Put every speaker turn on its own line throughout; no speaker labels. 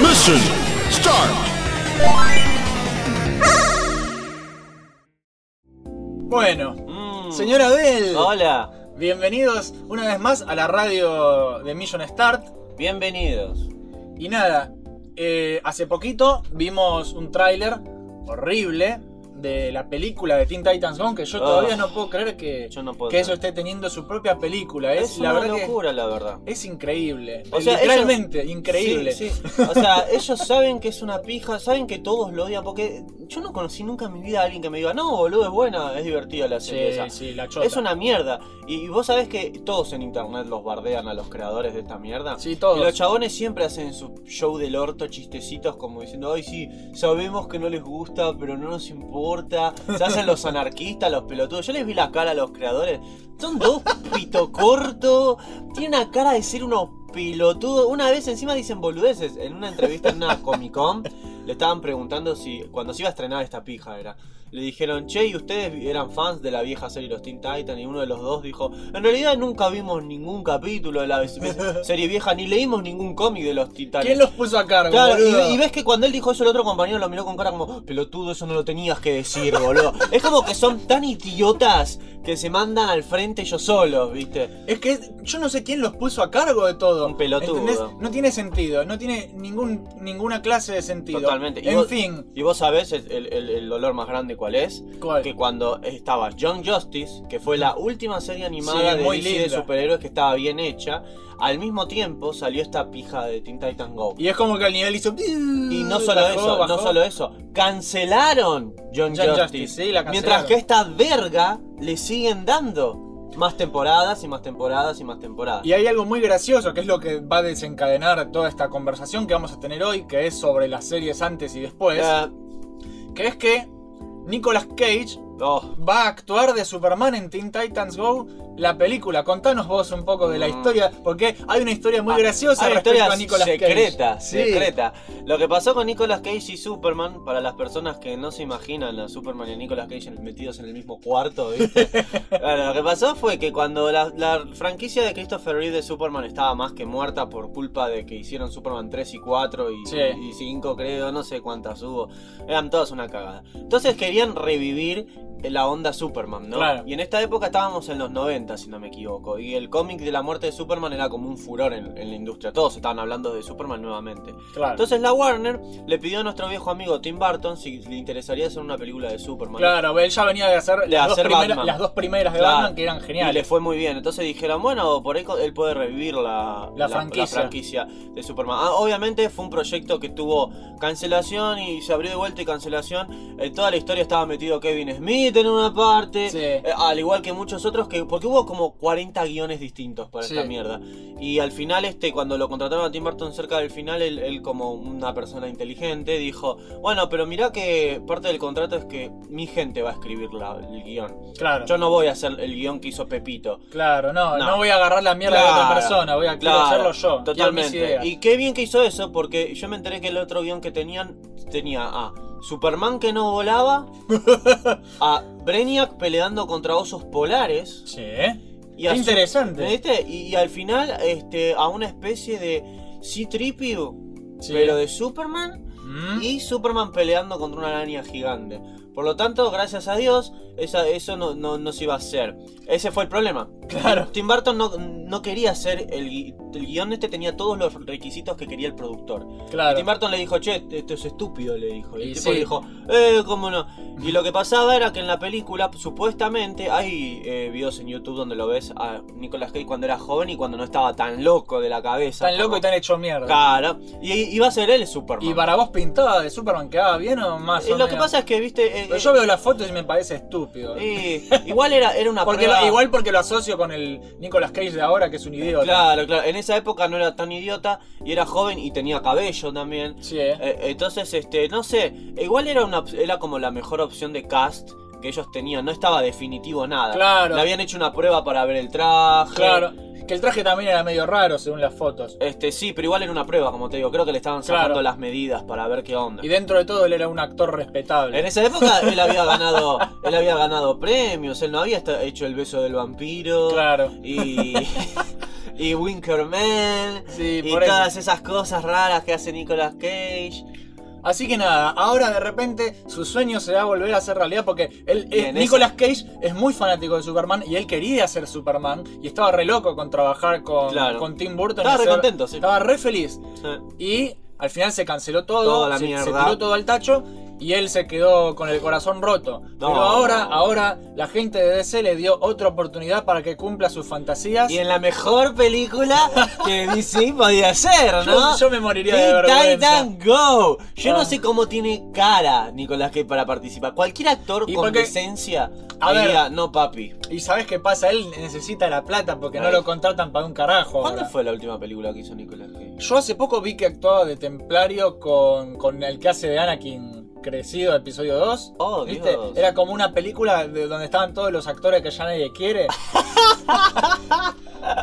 Mission start.
Bueno,
Mm.
señora Adel,
Hola,
bienvenidos una vez más a la radio de Million Start.
bienvenidos.
Y nada, eh, hace poquito vimos un tráiler horrible de la película de Teen Titans Go, que yo
Ah.
todavía no puedo creer que,
Yo no puedo
que eso
creer.
esté teniendo su propia película.
Es,
Es, la
una
verdad
locura, la verdad.
que es increíble.
O sea,
Literalmente, increíble.
Sí, sí. O sea, ellos saben que es una pija, saben que todos lo odian, porque yo no conocí nunca en mi vida a alguien que me diga, no, boludo, es buena, es divertida la
Sí,
serie. esa".
sí, la chota.
Es una mierda. Y, y vos sabés que todos en internet los bardean a los creadores de esta mierda.
Sí,
Y los
todos.
chabones siempre hacen su show del orto, chistecitos, como diciendo, ay, sí, sabemos que no les gusta, pero no nos importa. Se hacen los anarquistas, los pelotudos. Yo les vi la cara a los creadores. Son dos pito corto, tienen una cara de ser unos pelotudos. Una vez encima dicen boludeces. En una entrevista en una Comic Con, le estaban preguntando si, cuando se iba a estrenar esta pija era. Le dijeron, che, ¿y ustedes eran fans de la vieja serie Los Teen Titans? Y uno de los dos dijo, en realidad nunca vimos ningún capítulo de la serie vieja, ni leímos ningún cómic de Los Teen Titans.
¿Quién los puso a cargo?
Claro, y,
boludo?
ve- y ves que cuando él dijo eso, el otro compañero lo miró con cara como, pelotudo, eso no lo tenías que decir, boludo. es como que son tan idiotas que se mandan al frente ellos solos, ¿viste?
Es que es- yo no sé quién los puso a cargo de todo.
Un pelotudo.
No tiene sentido, no tiene ningún, ninguna clase de sentido.
Totalmente. Y
en
vos-
fin,
Y vos sabés el, el- el- el dolor más grande cuál es.
¿cuál?
Que cuando estaba John Justice, que fue la última serie animada
Sí,
de,
muy
DC de
linda.
superhéroes que estaba bien hecha, al mismo tiempo salió esta pija de Teen Titans Go.
Y es como que al nivel hizo.
Y no solo
bajó,
eso,
bajó.
no solo eso, cancelaron
John
John, Justice.
Justice, sí, la cancelaron.
mientras que a esta verga le siguen dando más temporadas y más temporadas y más temporadas.
Y hay algo muy gracioso que es lo que va a desencadenar toda esta conversación que vamos a tener hoy, que es sobre las series antes y después.
Eh,
Que es que Nicolas Cage
oh,
va a actuar de Superman en Teen Titans Go, la película. Contanos vos un poco de la
Mm.
historia, porque hay una historia muy
Ah,
graciosa
hay
respecto
historia
a Nicolas
secreta,
Cage.
secreta. Lo que pasó con Nicolas Cage y Superman, para las personas que no se imaginan a Superman y a Nicolas Cage metidos en el mismo cuarto, ¿viste? Bueno, lo que pasó fue que cuando la, la franquicia de Christopher Reeve de Superman estaba más que muerta por culpa de que hicieron Superman 3 y 4 y,
Sí.
y 5, creo, no sé cuántas hubo, eran todas una cagada. Entonces querían revivir la onda Superman, ¿no?
Claro.
Y en esta época estábamos en los 90, si no me equivoco, y el cómic de la muerte de Superman era como un furor en, en la industria, todos estaban hablando de Superman nuevamente.
Claro.
Entonces la Warner le pidió a nuestro viejo amigo Tim Burton si le interesaría hacer una película de Superman.
Claro, él ya venía de hacer,
De
las,
hacer
dos primeras,
Batman.
las dos primeras de
Claro.
Batman que eran
Y le
geniales.
fue muy bien. Entonces dijeron, bueno, por ahí co- él puede revivir la,
La franquicia.
franquicia de Superman. Ah, obviamente fue un proyecto que tuvo cancelación y se abrió de vuelta y cancelación. En toda la historia estaba metido Kevin Smith en una parte.
Sí.
eh, al igual que muchos otros que. Porque hubo como 40 guiones distintos para
Sí.
esta mierda. Y al final, este, cuando lo contrataron a Tim Burton cerca del final, él, él como una persona inteligente dijo, bueno, pero mirá que parte del contrato es que mi gente va a escribir la- el guión.
Claro,
Yo no voy a hacer el guión que hizo Pepito.
claro, no,
No.
no, voy a agarrar la mierda de otra
Claro,
persona, voy a quiero
claro,
hacerlo yo. quiero mis
Totalmente.
ideas.
Y qué bien que hizo eso, porque yo me enteré que el otro guión que tenían tenía a Superman que no volaba, a Brainiac peleando contra osos polares
Sí, ¿eh?
y a
Qué
Su-
interesante.
¿Viste? Y, y al final este, a una especie de C-Tripio,
Sí.
pero de Superman
Mm.
y Superman peleando contra una araña gigante. Por lo tanto, gracias a Dios, esa- eso no, no, no se iba a hacer. Ese fue el problema.
Claro.
Tim Burton no, no quería hacer el, gui- el guión este tenía todos los requisitos que quería el productor. Y Tim
Claro,
Burton le dijo, che, este, esto es estúpido, le dijo. Y el
Y
tipo
sí.
le dijo, eh, cómo no. Y lo que pasaba era que en la película, supuestamente, hay eh, videos en YouTube donde lo ves a Nicolas Cage cuando era joven y cuando no estaba tan loco de la cabeza.
tan loco
como-
y tan hecho mierda.
Claro. Y iba a ser él Superman.
¿Y para vos pintada de Superman quedaba bien o más?
Eh,
o
lo que
menos?
pasa es que, viste, eh,
Pero
eh,
yo veo las fotos y me parece estúpido.
eh, igual era, era una
Porque
prueba-
lo- igual porque lo asocio con el Nicolas Cage de ahora, que es un idiota.
Claro, claro. En esa época no era tan idiota y era joven y tenía cabello también.
Sí, ¿eh?
Eh, entonces, este, no sé, igual era una op- era como la mejor opción de cast que ellos tenían, no estaba definitivo nada.
Claro.
Le habían hecho una prueba para ver el traje.
Claro. Que el traje también era medio raro según las fotos.
Este, sí, pero igual era una prueba, como te digo, creo que le estaban sacando
Claro.
las medidas para ver qué onda.
Y dentro de todo él era un actor respetable.
En esa época él había ganado, él había ganado premios, él no había esta- hecho el beso del vampiro.
Claro.
Y, y Winkerman
Sí,
y
por eso.
todas esas cosas raras que hace Nicolas Cage.
Así que nada, ahora de repente su sueño se va a volver a hacer realidad porque él,
Bien,
eh,
esa-
Nicolas Cage es muy fanático de Superman y él quería ser Superman y estaba re loco con trabajar con,
Claro.
con Tim Burton. y
Estaba re
hacer-
contento, sí.
Estaba re feliz.
Sí.
Y al final se canceló todo,
Toda la
se, se
mierda.
tiró todo al tacho y él se quedó con el corazón roto.
No.
Pero ahora, ahora la gente de DC le dio otra oportunidad para que cumpla sus fantasías.
Y en la mejor película que DC podía hacer, ¿no?
yo, yo me moriría de
Teen
vergüenza.
Titan Go. Yo
Ah.
no sé cómo tiene cara Nicolás Cage para participar. Cualquier actor
¿Y
con
por qué?
decencia
A ver.
diría, no papi.
Y sabes qué pasa, él necesita la plata porque no
Ay.
lo contratan para un carajo.
¿Cuándo
ahora.
fue la última película que hizo Nicolás Cage?
Yo hace poco vi que actuaba de templario con, con el que hace de Anakin crecido, episodio 2.
Oh,
¿Viste?
Dios.
Era como una película de donde estaban todos los actores que ya nadie quiere.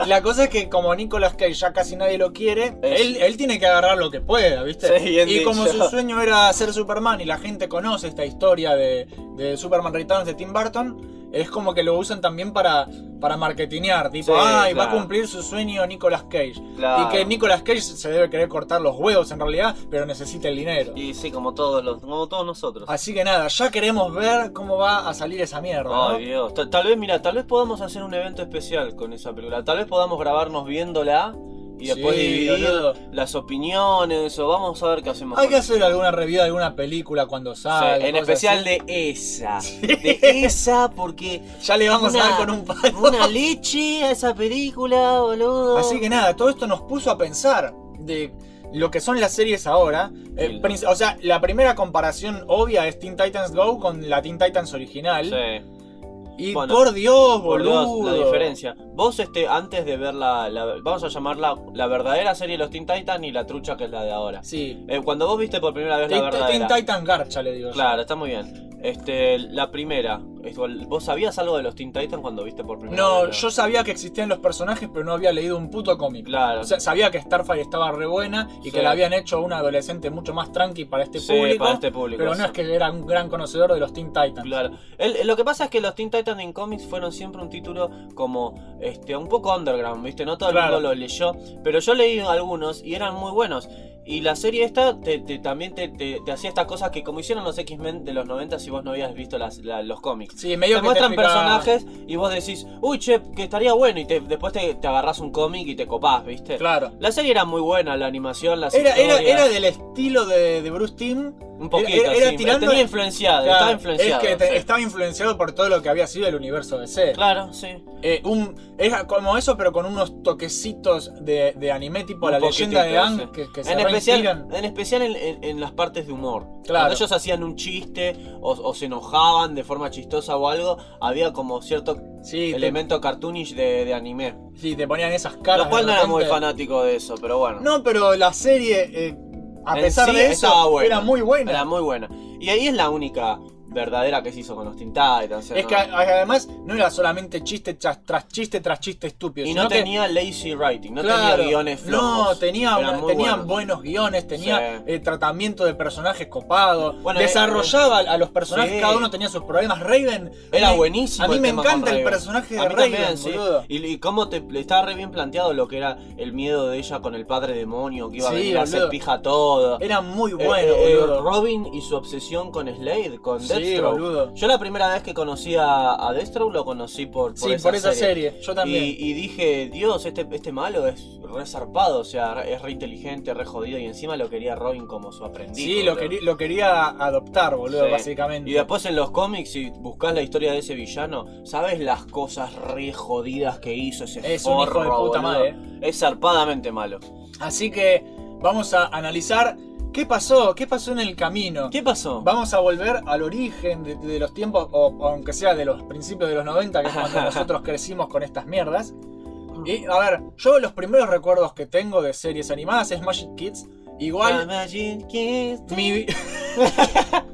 Y La cosa es que como Nicolas Cage ya casi nadie lo quiere,
Es-
él, él tiene que agarrar lo que pueda, ¿viste?
Sí,
y
bien
como
dicho.
su sueño era ser Superman y la gente conoce esta historia de, de Superman Returns de Tim Burton, es como que lo usan también para, para marketinear, tipo,
Sí,
ay, va
claro.
a cumplir su sueño Nicolas Cage.
Claro.
Y que Nicolas Cage se debe querer cortar los huevos en realidad, pero necesita el dinero.
Y sí, como todos los, como todos nosotros.
Así que nada, ya queremos ver cómo va a salir esa mierda. ¿no?
Ay, Dios. Ta- Tal vez, mira, tal vez podamos hacer un evento especial con esa película. Tal vez podamos grabarnos viéndola y después
Sí,
dividir
boludo.
las opiniones o vamos a ver qué hacemos.
Hay
con
que hacer alguna review de alguna película cuando salga.
Sí, en
cosas
especial
así.
de esa. De esa porque
Ya le vamos a
Una-
dar con un palo.
una leche a esa película, boludo.
Así que nada, todo esto nos puso a pensar de lo que son las series ahora. Eh,
Sí.
prin- o sea, la primera comparación obvia es Teen Titans Go con la Teen Titans original.
Sí,
Y
Bueno,
por Dios,
por
boludo.
Dios, la diferencia. Vos, este, antes de ver la, la- Vamos a llamarla la verdadera serie de los Teen Titans y la trucha que es la de ahora.
Sí.
Eh, cuando vos viste por primera vez la
Teen, Teen
verdadera.
Titans Garcha, le digo. yo.
Claro, está muy bien. Este, la primera. esto, ¿Vos sabías algo de los Teen Titans cuando viste por primera vez?
No,
la-
yo sabía que existían los personajes, pero no había leído un puto cómic.
Claro.
O sea, sabía que Starfire estaba re buena y que
Sí.
la habían hecho una adolescente mucho más tranqui para este
Sí,
público.
para este público,
Pero
sí.
no es que era un gran conocedor de los Teen Titans.
Claro. El- lo que pasa es que los Teen Titans en cómics fueron siempre un título como este un poco underground, ¿viste? No todo
Claro.
el mundo los leyó, pero yo leí algunos y eran muy buenos. Y la serie esta te, te- también te, te- te hacía estas cosas que como hicieron los X-Men de los 90 si vos no habías visto las, la- los cómics.
Sí,
Te
medio que
muestran
explica-
personajes y vos decís, uy, che, que estaría bueno. Y te- después te, te agarrás un cómic y te copás, ¿viste?
Claro.
La serie era muy buena, la animación, las
Era, era,
historias,
era del estilo de, de Bruce Timm.
un poquito,
era- era
sí,
tirando-
tenía influenciado,
Claro,
estaba influenciado.
Es que te-
sí.
estaba influenciado por todo lo que había sido el universo DC.
Claro, sí.
Eh, un, era como eso, pero con unos toquecitos de, de anime tipo
Un
la leyenda de
poquitito,
Ang,
sí.
que, que se
en especial,
reinspiran.
en especial en, en- en las partes de humor.
Claro.
Cuando ellos hacían un chiste o, o se enojaban de forma chistosa o algo, había como cierto
Sí, te-
elemento cartoonish de, de anime.
sí, te ponían esas caras.
Lo cual
de
no era muy
repente.
fanático de eso, pero bueno.
No, pero la serie, eh, a
En
pesar
sí
de
estaba
eso,
buena.
era muy buena.
Era muy buena. Y ahí es la única verdadera que se hizo con los Teen Titans. ¿eh? o sea,
Es
no-
que a- además no era solamente chiste tras, tras chiste tras chiste estúpido.
y
sino
no
que-
tenía lazy writing, no
claro,
tenía guiones flojos.
No, tenía,
Eran
una-
muy
tenían
buenos.
buenos guiones, tenía
Sí.
eh, tratamiento de personajes copado,
Bueno, eh,
desarrollaba a los personajes,
sí.
cada uno tenía sus problemas. Raven
Era
a mí-
buenísimo.
A mí
el
me
tema con
encanta el
Raven.
personaje de
A mí
Raven,
también, sí.
boludo.
Y, y cómo te le estaba re bien planteado lo que era el miedo de ella con el padre demonio que iba
Sí,
a venir a hacer
boludo.
pija todo.
Era muy
Eh,
bueno,
eh,
boludo.
Robin y su obsesión con Slade, con
Sí,
Deathstroke.
boludo.
Yo la primera vez que conocí a, a Deathstroke lo conocí por, por
sí,
esa
por esa
serie.
serie. Yo también.
Y, y dije, Dios, este, este malo es re zarpado, o sea, re- es re inteligente, re jodido, y encima lo quería Robin como su aprendiz.
sí, lo,
boludo.
querí- lo quería adoptar, boludo,
Sí.
básicamente.
Y después en los cómics, si buscas la historia de ese villano, sabes las cosas re jodidas que hizo ese
Es un hijo
forro,
de puta
boludo?
madre. eh.
Es zarpadamente malo.
Así que vamos a analizar qué pasó, qué pasó en el camino.
¿Qué pasó?
Vamos a volver al origen de, de los tiempos, o o aunque sea de los principios de los 90, que es cuando nosotros crecimos con estas
Mm.
mierdas. Y a ver, yo los primeros recuerdos que tengo de series animadas es Magic Kids, Igual,
Imagine Kiss.
mi, vi-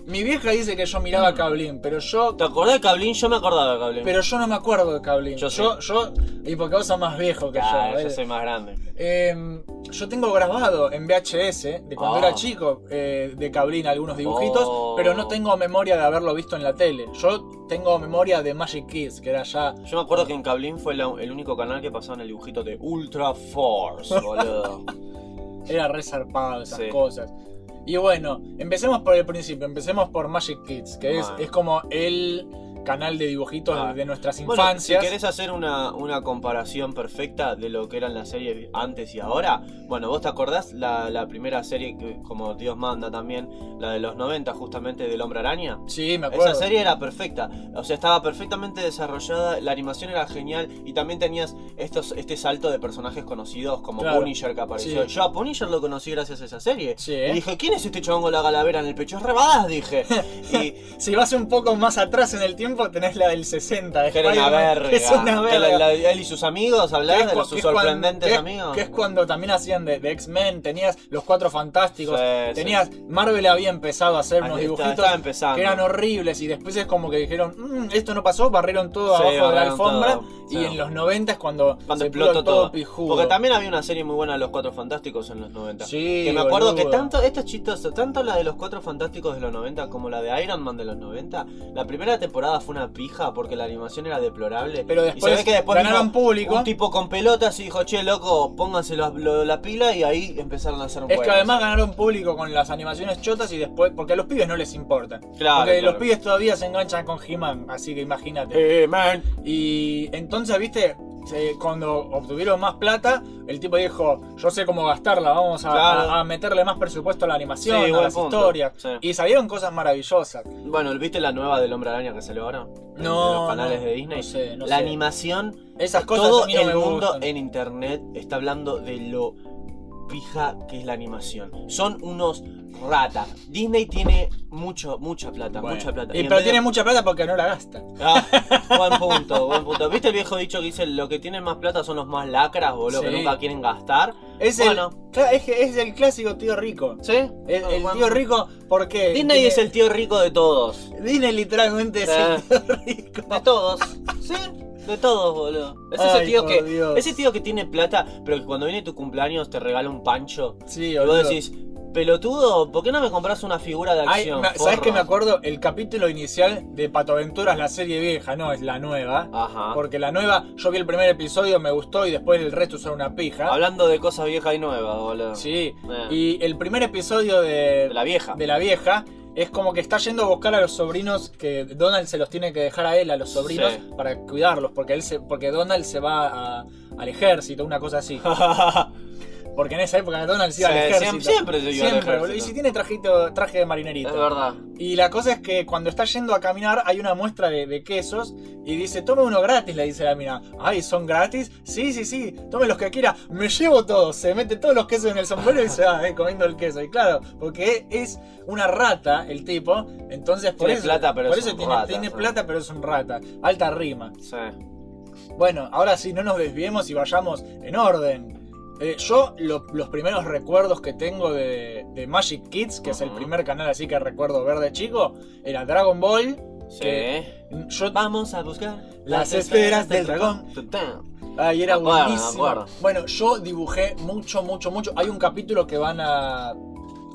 mi vieja dice que yo
Mm.
miraba Cablín, pero yo.
¿Te acordás de Cablín? Yo me acordaba de Cablín.
Pero yo no me acuerdo de Cablín.
Yo sí.
yo, yo- Y porque vos sos más viejo que
Claro,
yo.
yo
¿eh?
soy más grande.
Eh, yo tengo grabado en VHS de cuando
Ah.
era chico eh, de Cablín algunos dibujitos,
Oh.
pero no tengo memoria de haberlo visto en la tele. Yo tengo memoria de Magic Kids, que era ya.
Yo me acuerdo que en Cablín fue la- el único canal que pasaban el dibujito de Ultra Force, boludo.
Era re zarpado esas
Sí.
cosas. Y bueno, empecemos por el principio, empecemos por Magic Kids, que es,
Bueno.
es como el canal de dibujitos
Ah.
de nuestras
Bueno, si
infancias.
querés hacer una, una comparación perfecta de lo que eran las series antes y ahora, bueno, vos te acordás la, la primera serie, que, como Dios manda también, la de los 90, justamente del Hombre Araña.
Sí, me acuerdo.
Esa serie era perfecta, o sea, estaba perfectamente desarrollada, la animación era genial y también tenías estos, este salto de personajes conocidos como
Claro.
Punisher que apareció.
Sí.
Yo a Punisher lo conocí gracias a esa serie.
Sí.
Y dije, ¿quién es este chabón con la calavera en el pecho? Es rebadas, dije. Y
Si vas un poco más atrás en el tiempo, tenés la del 60. de
que era una
Spider-Man,
verga.
que Es una
Que la-
verga.
la- él y sus amigos hablaban de
cua-
los- sus
es cuan-
sorprendentes
que es-
amigos.
Que es cuando también hacían de, de X-Men, tenías los cuatro fantásticos,
Sí,
tenías. Marvel había empezado a hacer
Ahí
unos
está,
dibujitos
estaba empezando.
que eran horribles y después es como que dijeron, "Mm, esto no pasó, barrieron todo
Sí,
abajo de la
barrieron
alfombra.
todo,
y
sí.
en los 90 es cuando,
Cuando
se
explotó todo.
pijudo.
Porque también había una serie muy buena de los Cuatro Fantásticos en los 90.
Sí,
que me acuerdo que
boludo.
tanto, esto es chistoso, tanto la de los Cuatro Fantásticos de los 90 como la de Iron Man de los 90, la primera temporada fue una pija porque la animación era deplorable.
Pero después
y se ve que después
ganaron
vino
público.
Un tipo con pelotas y dijo, che, loco, pónganse los- lo- la pila y ahí empezaron a hacer un
Es que además ganaron público con las animaciones chotas y después. Porque a los pibes no les importa.
Claro,
porque
claro.
los pibes todavía se enganchan con He-Man, así que imagínate.
Eh, man.
Y entonces, viste, se- cuando obtuvieron más plata, el tipo dijo, yo sé cómo gastarla, vamos a,
Claro.
a- a meterle más presupuesto a la animación,
Sí,
a
buen
las
punto.
historias.
Sí.
Y salieron cosas maravillosas.
Bueno, ¿viste la nueva del Hombre Araña que salió ahora? De
No,
los canales
no,
de Disney.
no sé, no
la
sé.
animación.
Esas cosas
Todo
a mí no
el
me
mundo
gustan.
en internet está hablando de lo pija que es la animación. Son unos ratas. Disney tiene mucho, mucha plata,
Bueno.
mucha plata.
Y,
en
pero
vez de-
tiene mucha plata porque no la gasta.
Ah, buen punto, buen punto. ¿Viste el viejo dicho que dice lo que tienen más plata son los más lacras, boludo, que
Sí.
nunca quieren gastar?
Es,
Bueno.
el, cla- es, que es el clásico tío rico.
¿Sí?
El, el
Bueno.
tío rico, porque.
Disney es el tío rico de todos.
Disney literalmente es
Ah.
el tío rico.
De todos. ¿Sí? De todos, boludo. Es ese
Ay,
tío
por
que.
Dios.
Ese tío que tiene plata, pero que cuando viene tu cumpleaños te regala un pancho.
Sí,
Y vos
boludo.
decís, pelotudo, ¿por qué no me compras una figura de
Ay,
acción?
me- ¿Sabes
forro?"
que me acuerdo? El capítulo inicial de Pato Aventuras, la serie vieja, no, es la nueva.
Ajá.
Porque la nueva, yo vi el primer episodio, me gustó y después el resto son una pija.
Hablando de cosas viejas y nuevas, boludo.
Sí.
Eh.
Y el primer episodio de,
De la vieja.
de la vieja es como que está yendo a buscar a los sobrinos que Donald se los tiene que dejar a él, a los sobrinos,
Sí.
para cuidarlos. Porque, él se, porque Donald se va a- al ejército, una cosa así. Porque en esa época Donald se iba
Sí,
al
siem-
ejército.
siempre se iba al
Siempre, boludo. Y
ejército.
si tiene trajito, traje de marinerito.
es verdad.
Y la cosa es que cuando está yendo a caminar hay una muestra de, de quesos y dice, tome uno gratis, le dice la mina. Ay, ¿son gratis? Sí, sí, sí, tome los que quiera. Me llevo todos, se mete todos los quesos en el sombrero y se va eh, comiendo el queso. Y claro, porque es una rata el tipo, entonces por
Tiene
eso,
plata, pero
por
es
eso
un
tiene,
rata,
tiene
sí.
plata, pero es un rata. Alta rima.
Sí.
Bueno, ahora sí, no nos desviemos y vayamos en orden. Eh, yo lo- los primeros recuerdos que tengo de, de Magic Kids, que es el
Ujú.
primer canal así que recuerdo ver de chico, era Dragon Ball.
Sí.
Que- Yo,
Vamos a buscar
Las esferas del dragón.
Tután.
ay, era
me acuerdo, me
buenísimo.
acuerdo.
Bueno, yo dibujé mucho, mucho, mucho. Hay un capítulo que van a...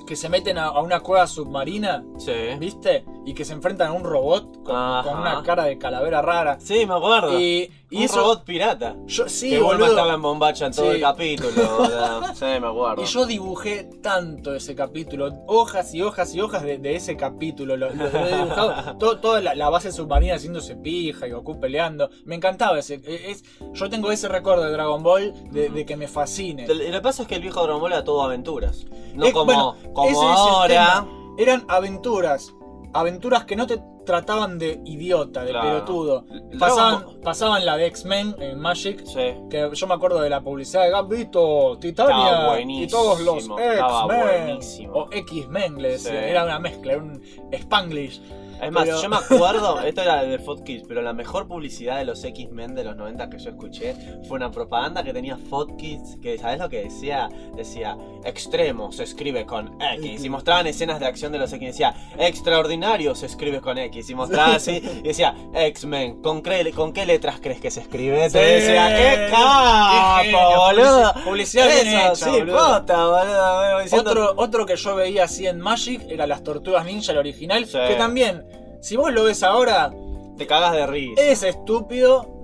que se meten a, a una cueva submarina,
Sí.
¿viste? Y que se enfrentan a un robot con,
Ajá.
con una cara de calavera rara.
Sí, me acuerdo.
Y, y
un
eso...
robot pirata.
Yo, sí,
que Bulma
boludo.
estaba en bombacha en todo
Sí.
el capítulo. boludo. sí, me acuerdo.
Y yo dibujé tanto ese capítulo, hojas y hojas y hojas de, de ese capítulo. Lo, lo- lo he dibujado. To- toda la, la base submarina haciéndose pija y Goku peleando. Me encantaba ese. e- Es, yo tengo ese recuerdo de Dragon Ball de, de que me fascine.
Lo lo que pasa es que el viejo Dragon Ball era todo aventuras. No
Eh,
como,
bueno,
como
ese es el
ahora.
tema. Eran aventuras. Aventuras que no te trataban de idiota, de
Claro.
pelotudo.
Dragon
Pasaban,
Ball-
pasaban la de X-Men en Magic.
Sí.
Que yo me acuerdo de la publicidad de Gambito,
Estaba
Titania
buenísimo,
y todos los
estaba
X-Men.
buenísimo.
O X-Men, le decía.
Sí.
Era una mezcla, era un Spanglish.
Es más,
Pero-
yo me acuerdo, esto era de Fox Kids, pero la mejor publicidad de los X-Men de los 90 que yo escuché fue una propaganda que tenía Fox Kids, que ¿sabes lo que decía? Decía, extremo se escribe con X, y mostraban escenas de acción de los X, y decía, extraordinario se escribe con X, y mostraba así, y decía, X-Men, ¿con, cre- ¿con qué letras crees que se escribe? Te
Sí.
decía, ¡qué
Qué
capo,
genio,
boludo!
publici- publicidad bien hecha,
sí,
boludo.
posta, boludo, bueno, diciendo-
Otro, otro que yo veía así en Magic era las Tortugas Ninja, el original.
Sí.
Que también, si vos lo ves ahora,
Te cagas de risa.
es estúpido.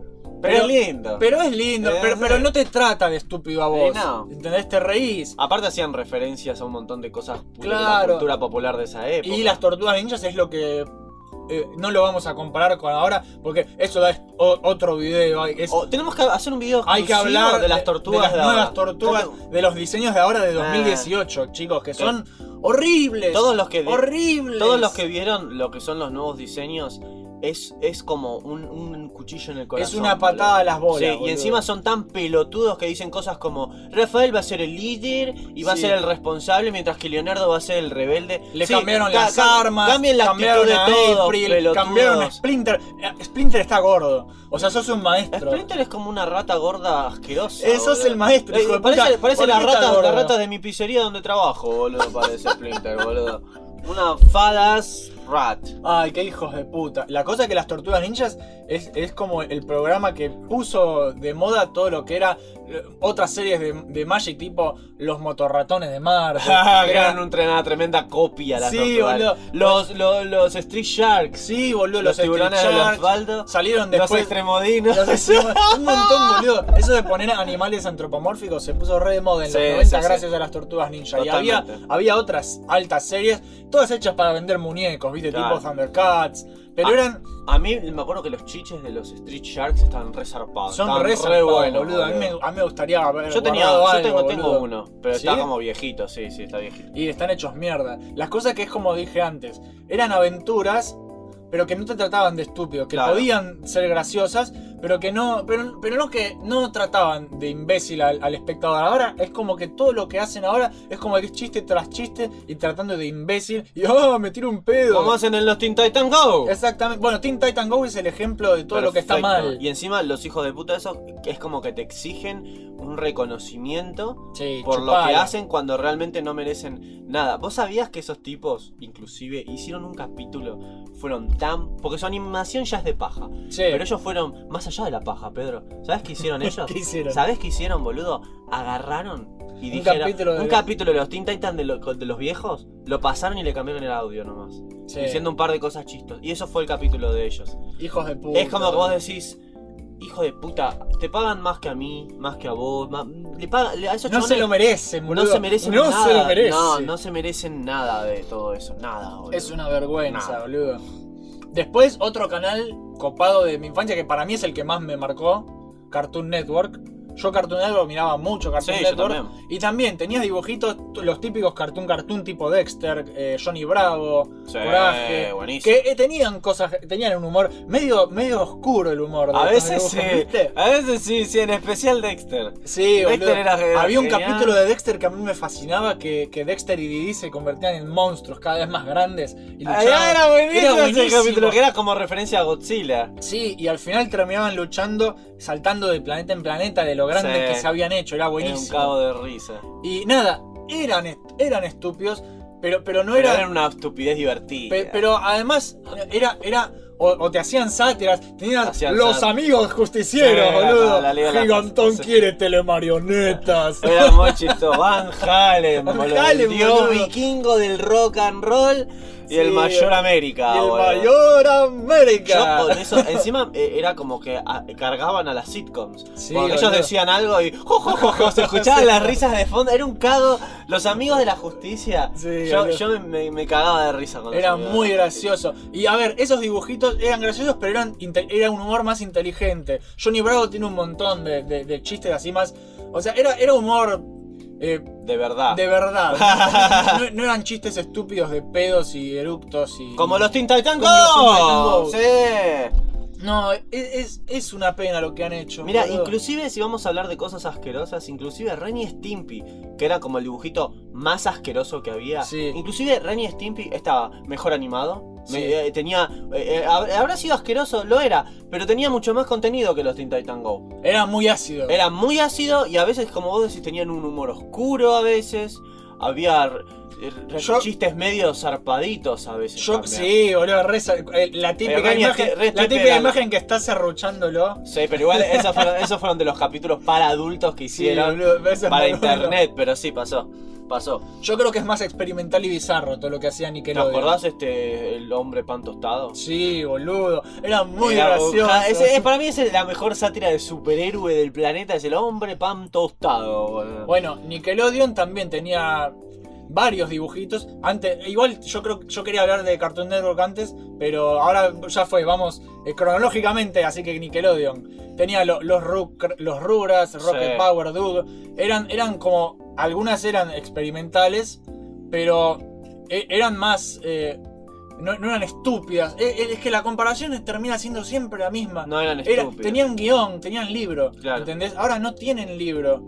pero es lindo.
Eh, Pero es lindo,
Eh,
pero,
sí.
pero no te trata de estúpido a vos.
Eh, no.
¿Entendés? Te reís.
Aparte hacían referencias a un montón de cosas de la
Claro.
cultura popular de esa época.
Y las tortugas ninjas es lo que. eh, no lo vamos a comparar con ahora, porque eso da es- o- otro video. hay- es-
O tenemos que hacer un video
hay que
exclusivo
hablar
de las tortugas
de las
ahora.
nuevas tortugas,
Tanto-
de los diseños de ahora de 2018, chicos, que son horribles.
Todos los que
horribles.
todos los que vieron lo que son los nuevos diseños es, es como un, un cuchillo en el corazón.
Es una patada
boludo.
a las bolas.
Sí, y
boludo.
encima son tan pelotudos que dicen cosas como Rafael va a ser el líder y va
Sí.
a ser el responsable, mientras que Leonardo va a ser el rebelde.
Le
Sí,
cambiaron
ca-
las
ca-
armas,
cambian la actitud
cambiaron
de
a
todo,
April,
pelotudos.
cambiaron a Splinter. Eh, Splinter está gordo. O sea, sos un maestro.
Splinter es como una rata gorda asquerosa.
Eh, sos
boludo.
el maestro,
Eh,
hijo de
parece
puta.
parece
¿Por
la,
qué está
rata, la
gordo?
rata de mi pizzería donde trabajo, boludo, parece Splinter, boludo. Una fadas rat.
Ay, qué hijos de puta. La cosa es que las tortugas ninjas es, es como el programa que puso de moda todo lo que era eh, otras series de, de Magic, tipo los motorratones de Marte.
Que
Era-
Eran un tren- una tremenda copia las
Sí,
tortugas.
boludo.
Los, los, los Street Sharks.
Sí, boludo,
Los,
los,
tiburones de
Street
los
Sharks
Osvaldo.
salieron
Los
después.
extremodinos.
los extremos- un montón, boludo. Eso de poner animales antropomórficos se puso re de moda en
Sí,
los 90
sí, sí.
gracias a las tortugas ninja. Y había,
Totalmente.
había otras altas series, todas hechas para vender muñecos, ¿viste?
Claro.
Tipo Thundercats. Pero
Ah,
eran.
A mí me acuerdo que los chiches de los Street Sharks estaban re zarpados.
Son
estaban
re zarpados,
buenos,
boludo. A, mí me, a mí me gustaría haber
Yo tenía,
guardado
yo
algo,
tengo, tengo
boludo.
uno, pero
¿Sí?
está como viejito, sí, sí, está viejito.
Y están hechos mierda. Las cosas que es como dije antes, eran aventuras, pero que no te trataban de estúpido, que
Claro.
podían ser graciosas, pero que no, pero, pero no que no trataban de imbécil al, al espectador. Ahora es como que todo lo que hacen ahora es como que es chiste tras chiste y tratando de imbécil y oh, me tiro un pedo.
Como hacen en los Teen Titan Go.
Exactamente. Bueno, Teen Titan Go es el ejemplo de todo lo que está
Perfecto.
mal.
Y encima los hijos de puta esos que es como que te exigen un reconocimiento
Sí,
por lo que
chupala.
hacen cuando realmente no merecen nada. ¿Vos sabías que esos tipos inclusive hicieron un capítulo? Fueron tan... Porque su animación ya es de paja.
Sí.
Pero ellos fueron más allá de la paja, Pedro. ¿Sabés qué hicieron ellos?
¿Qué hicieron?
¿Sabés qué hicieron, boludo? Agarraron y
Un
dijeron
capítulo de
un
los-
capítulo de los Teen Titans de, lo- de los viejos, lo pasaron y le cambiaron el audio nomás,
Sí.
diciendo un par de cosas chistos. Y eso fue el capítulo de ellos.
Hijos de puta.
Es como que vos decís, hijo de puta, te pagan más que a mí, más que a vos, ma- le pagan, le- a esos
No se
chabones
lo merecen,
no
boludo.
se merecen
No
nada.
se lo merecen.
No, no se merecen nada de todo eso, nada, boludo.
Es una vergüenza,
Nada.
boludo. Después, otro canal copado de mi infancia, que para mí es el que más me marcó, Cartoon Network. Yo Cartoon Network miraba mucho
Sí,
Cartoon
yo
Network.
también.
Y también tenías dibujitos, t- los típicos cartoon cartoon tipo Dexter, eh, Johnny Bravo,
Sí,
Coraje.
buenísimo.
Que eh, tenían cosas, tenían un humor medio, medio oscuro el humor. de
A
estos
veces sí,
dibujos, ¿viste?
a veces sí, sí, en especial Dexter.
Sí,
Dexter
boludo.
era re-
Había un
genial.
capítulo de Dexter que a mí me fascinaba, que, que Dexter y Didi se convertían en monstruos cada vez más grandes. Y
Ah,
luchaban.
Era buenísimo,
Era
ese
buenísimo.
capítulo, que era como referencia a Godzilla.
Sí, y al final terminaban luchando, saltando de planeta en planeta de lo grande
Sí.
que se habían hecho. Era
Era un
buenísimo.
cabo de risa.
y nada, eran, est- eran estúpidos, pero, pero no
Pero
era.
era una estupidez divertida.
pe- pero además, era. era o, o te hacían sátiras, tenías
Hacían
los
sátiras.
amigos justicieros,
Sí,
boludo.
la- la Liga de la
Gigantón
Justicia.
quiere telemarionetas.
Era muy chistoso. Van Halen,
Van
boludo.
Halen,
el dios
boludo.
vikingo del rock and roll y
Sí,
el mayor
eh,
América.
y el
boludo.
mayor
Ah, Yo
América.
con eso, encima eh, era como que ah, cargaban a las sitcoms.
Sí,
Porque ellos
boludo.
decían algo y jo, jo, jo, jo, se escuchaban las risas de fondo. Era un cago. Los amigos de la justicia.
Sí,
yo
boludo.
yo me, me- me cagaba de risa con los
Era
amigos de
muy
la justicia.
gracioso. Y a ver, esos dibujitos eran graciosos, pero eran inte- era un humor más inteligente. Johnny Bravo tiene un montón de, de- de chistes así más. O sea, era, era humor eh,
De verdad.
de verdad. No, no eran chistes estúpidos de pedos y eructos y.
Como los Teen Titans
Como los Teen Titans
Go.
Go.
Sí.
No, es, es, es una pena lo que han hecho.
Mira,
boludo.
inclusive si vamos a hablar de cosas asquerosas, inclusive Ren y Stimpy, que era como el dibujito más asqueroso que había.
Sí.
Inclusive Ren y Stimpy estaba mejor animado, Me-
Sí.
eh, tenía. eh, eh, hab- habrá sido asqueroso, lo era, pero tenía mucho más contenido que los Teen Titan Go.
Era muy ácido.
Era muy ácido y a veces, como vos decís, tenían un humor oscuro a veces. Había r- r-
Yo-
chistes medio zarpaditos a veces.
Yo,
también.
sí, boludo, re sa- eh, la típica
re
imagen,
esti- re
la típica
estiperal.
imagen que estás arruchándolo.
Sí, pero igual esos fueron, esos fueron de los capítulos para adultos que
Sí,
hicieron
boludo, eso es
para
muy
internet, pero sí, pasó. Pasó.
bueno. Yo creo que es más experimental y bizarro todo lo que hacía
¿Te
Nickelodeon.
acordás este el hombre pan tostado?
Sí, boludo. Era muy
Era-
gracioso.
ja, ese- es- para mí esa es la mejor sátira de superhéroe del planeta, es el hombre pan tostado. boludo.
Bueno, Nickelodeon también tenía varios dibujitos. Antes, igual yo creo yo quería hablar de Cartoon Network antes, pero ahora ya fue, vamos, eh, cronológicamente, así que Nickelodeon. Tenía lo- los, Ru- los Rugrats, Rocket
Sí.
Power, Dude. Eran, eran como. Algunas eran experimentales, pero e- eran más. eh, no, no eran estúpidas. E- e- Es que la comparación termina siendo siempre la misma.
no eran
Era-
estúpidos.
tenían guión, tenían libro.
Claro.
¿Entendés? Ahora no tienen libro.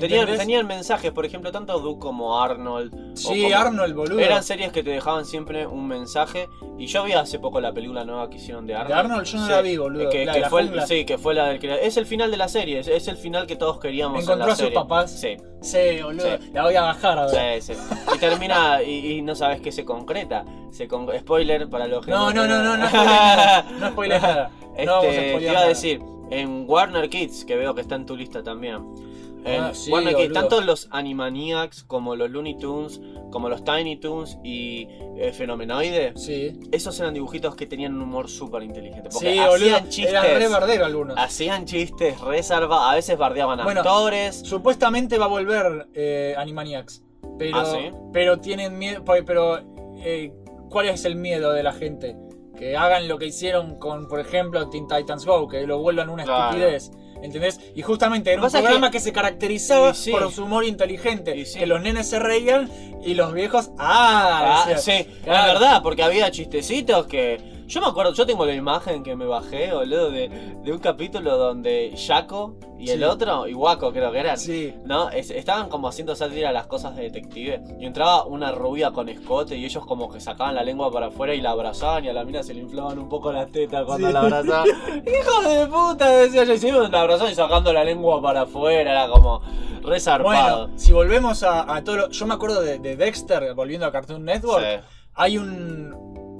Tenían,
¿entendés?
tenían mensajes, por ejemplo, tanto Duke como Arnold. o
Sí,
como-
Arnold, boludo.
Eran series que te dejaban siempre un mensaje. Y yo vi hace poco la película nueva que hicieron de Arnold.
De Arnold yo no la vi, boludo.
Que,
La
que
de la
fue el,
jungla.
sí, que fue la del crea- Es el final de la serie, es, es el final que todos queríamos. en
Encontró
la
a sus
serie.
papás.
Sí,
Sí, boludo.
Sí.
La voy a bajar ahora.
sí, sí. Y termina y, y no sabes qué se concreta. Se con- Spoiler para los que
No, no, no, no, no spoilees nada. No spoilees nada.
Este,
no vamos a
te
spoilear
iba a
nada.
decir, en Warner Kids, que veo que está en tu lista también. En
Ah, sí,
Warner Kids,
boludo.
tanto los Animaniacs como los Looney Tunes, como los Tiny Tunes y eh, Fenomenoide,
Sí.
esos eran dibujitos que tenían un humor súper inteligente. Porque
Sí, boludo.
hacían chistes.
Eran re verdero algunos.
Hacían chistes reserva, a veces bardeaban a
Bueno,
actores.
Supuestamente va a volver eh, Animaniacs. Pero,
Ah, ¿sí?
pero tienen miedo. po- Pero, eh, ¿cuál es el miedo de la gente? Que hagan lo que hicieron con, por ejemplo, Teen Titans Go, que lo vuelvan una
Claro.
estupidez. ¿Entendés? Y justamente era un
Pasa que-
programa que... se caracterizaba
Y sí.
por su humor inteligente.
Y sí.
Que los nenes se reían y los viejos. ¡Ah!
Ah,
decían.
sí, la
claro.
verdad, porque había chistecitos que. Yo me acuerdo, yo tengo la imagen que me bajé, boludo, de, de un capítulo donde Jaco y el
Sí.
otro, y Waco creo que eran,
Sí.
¿no? Es- estaban como haciendo sátira a las cosas de detective. Y entraba una rubia con escote y ellos como que sacaban la lengua para afuera y la abrazaban y a la mina se le inflaban un poco las tetas cuando
Sí.
la abrazaban. ¡Hijo de puta! Decía yo, y se iban, la abrazaban y sacando la lengua para afuera, era como resarpado.
Bueno, si volvemos a, a todo lo. Yo me acuerdo de, de Dexter, volviendo a Cartoon Network. hay un,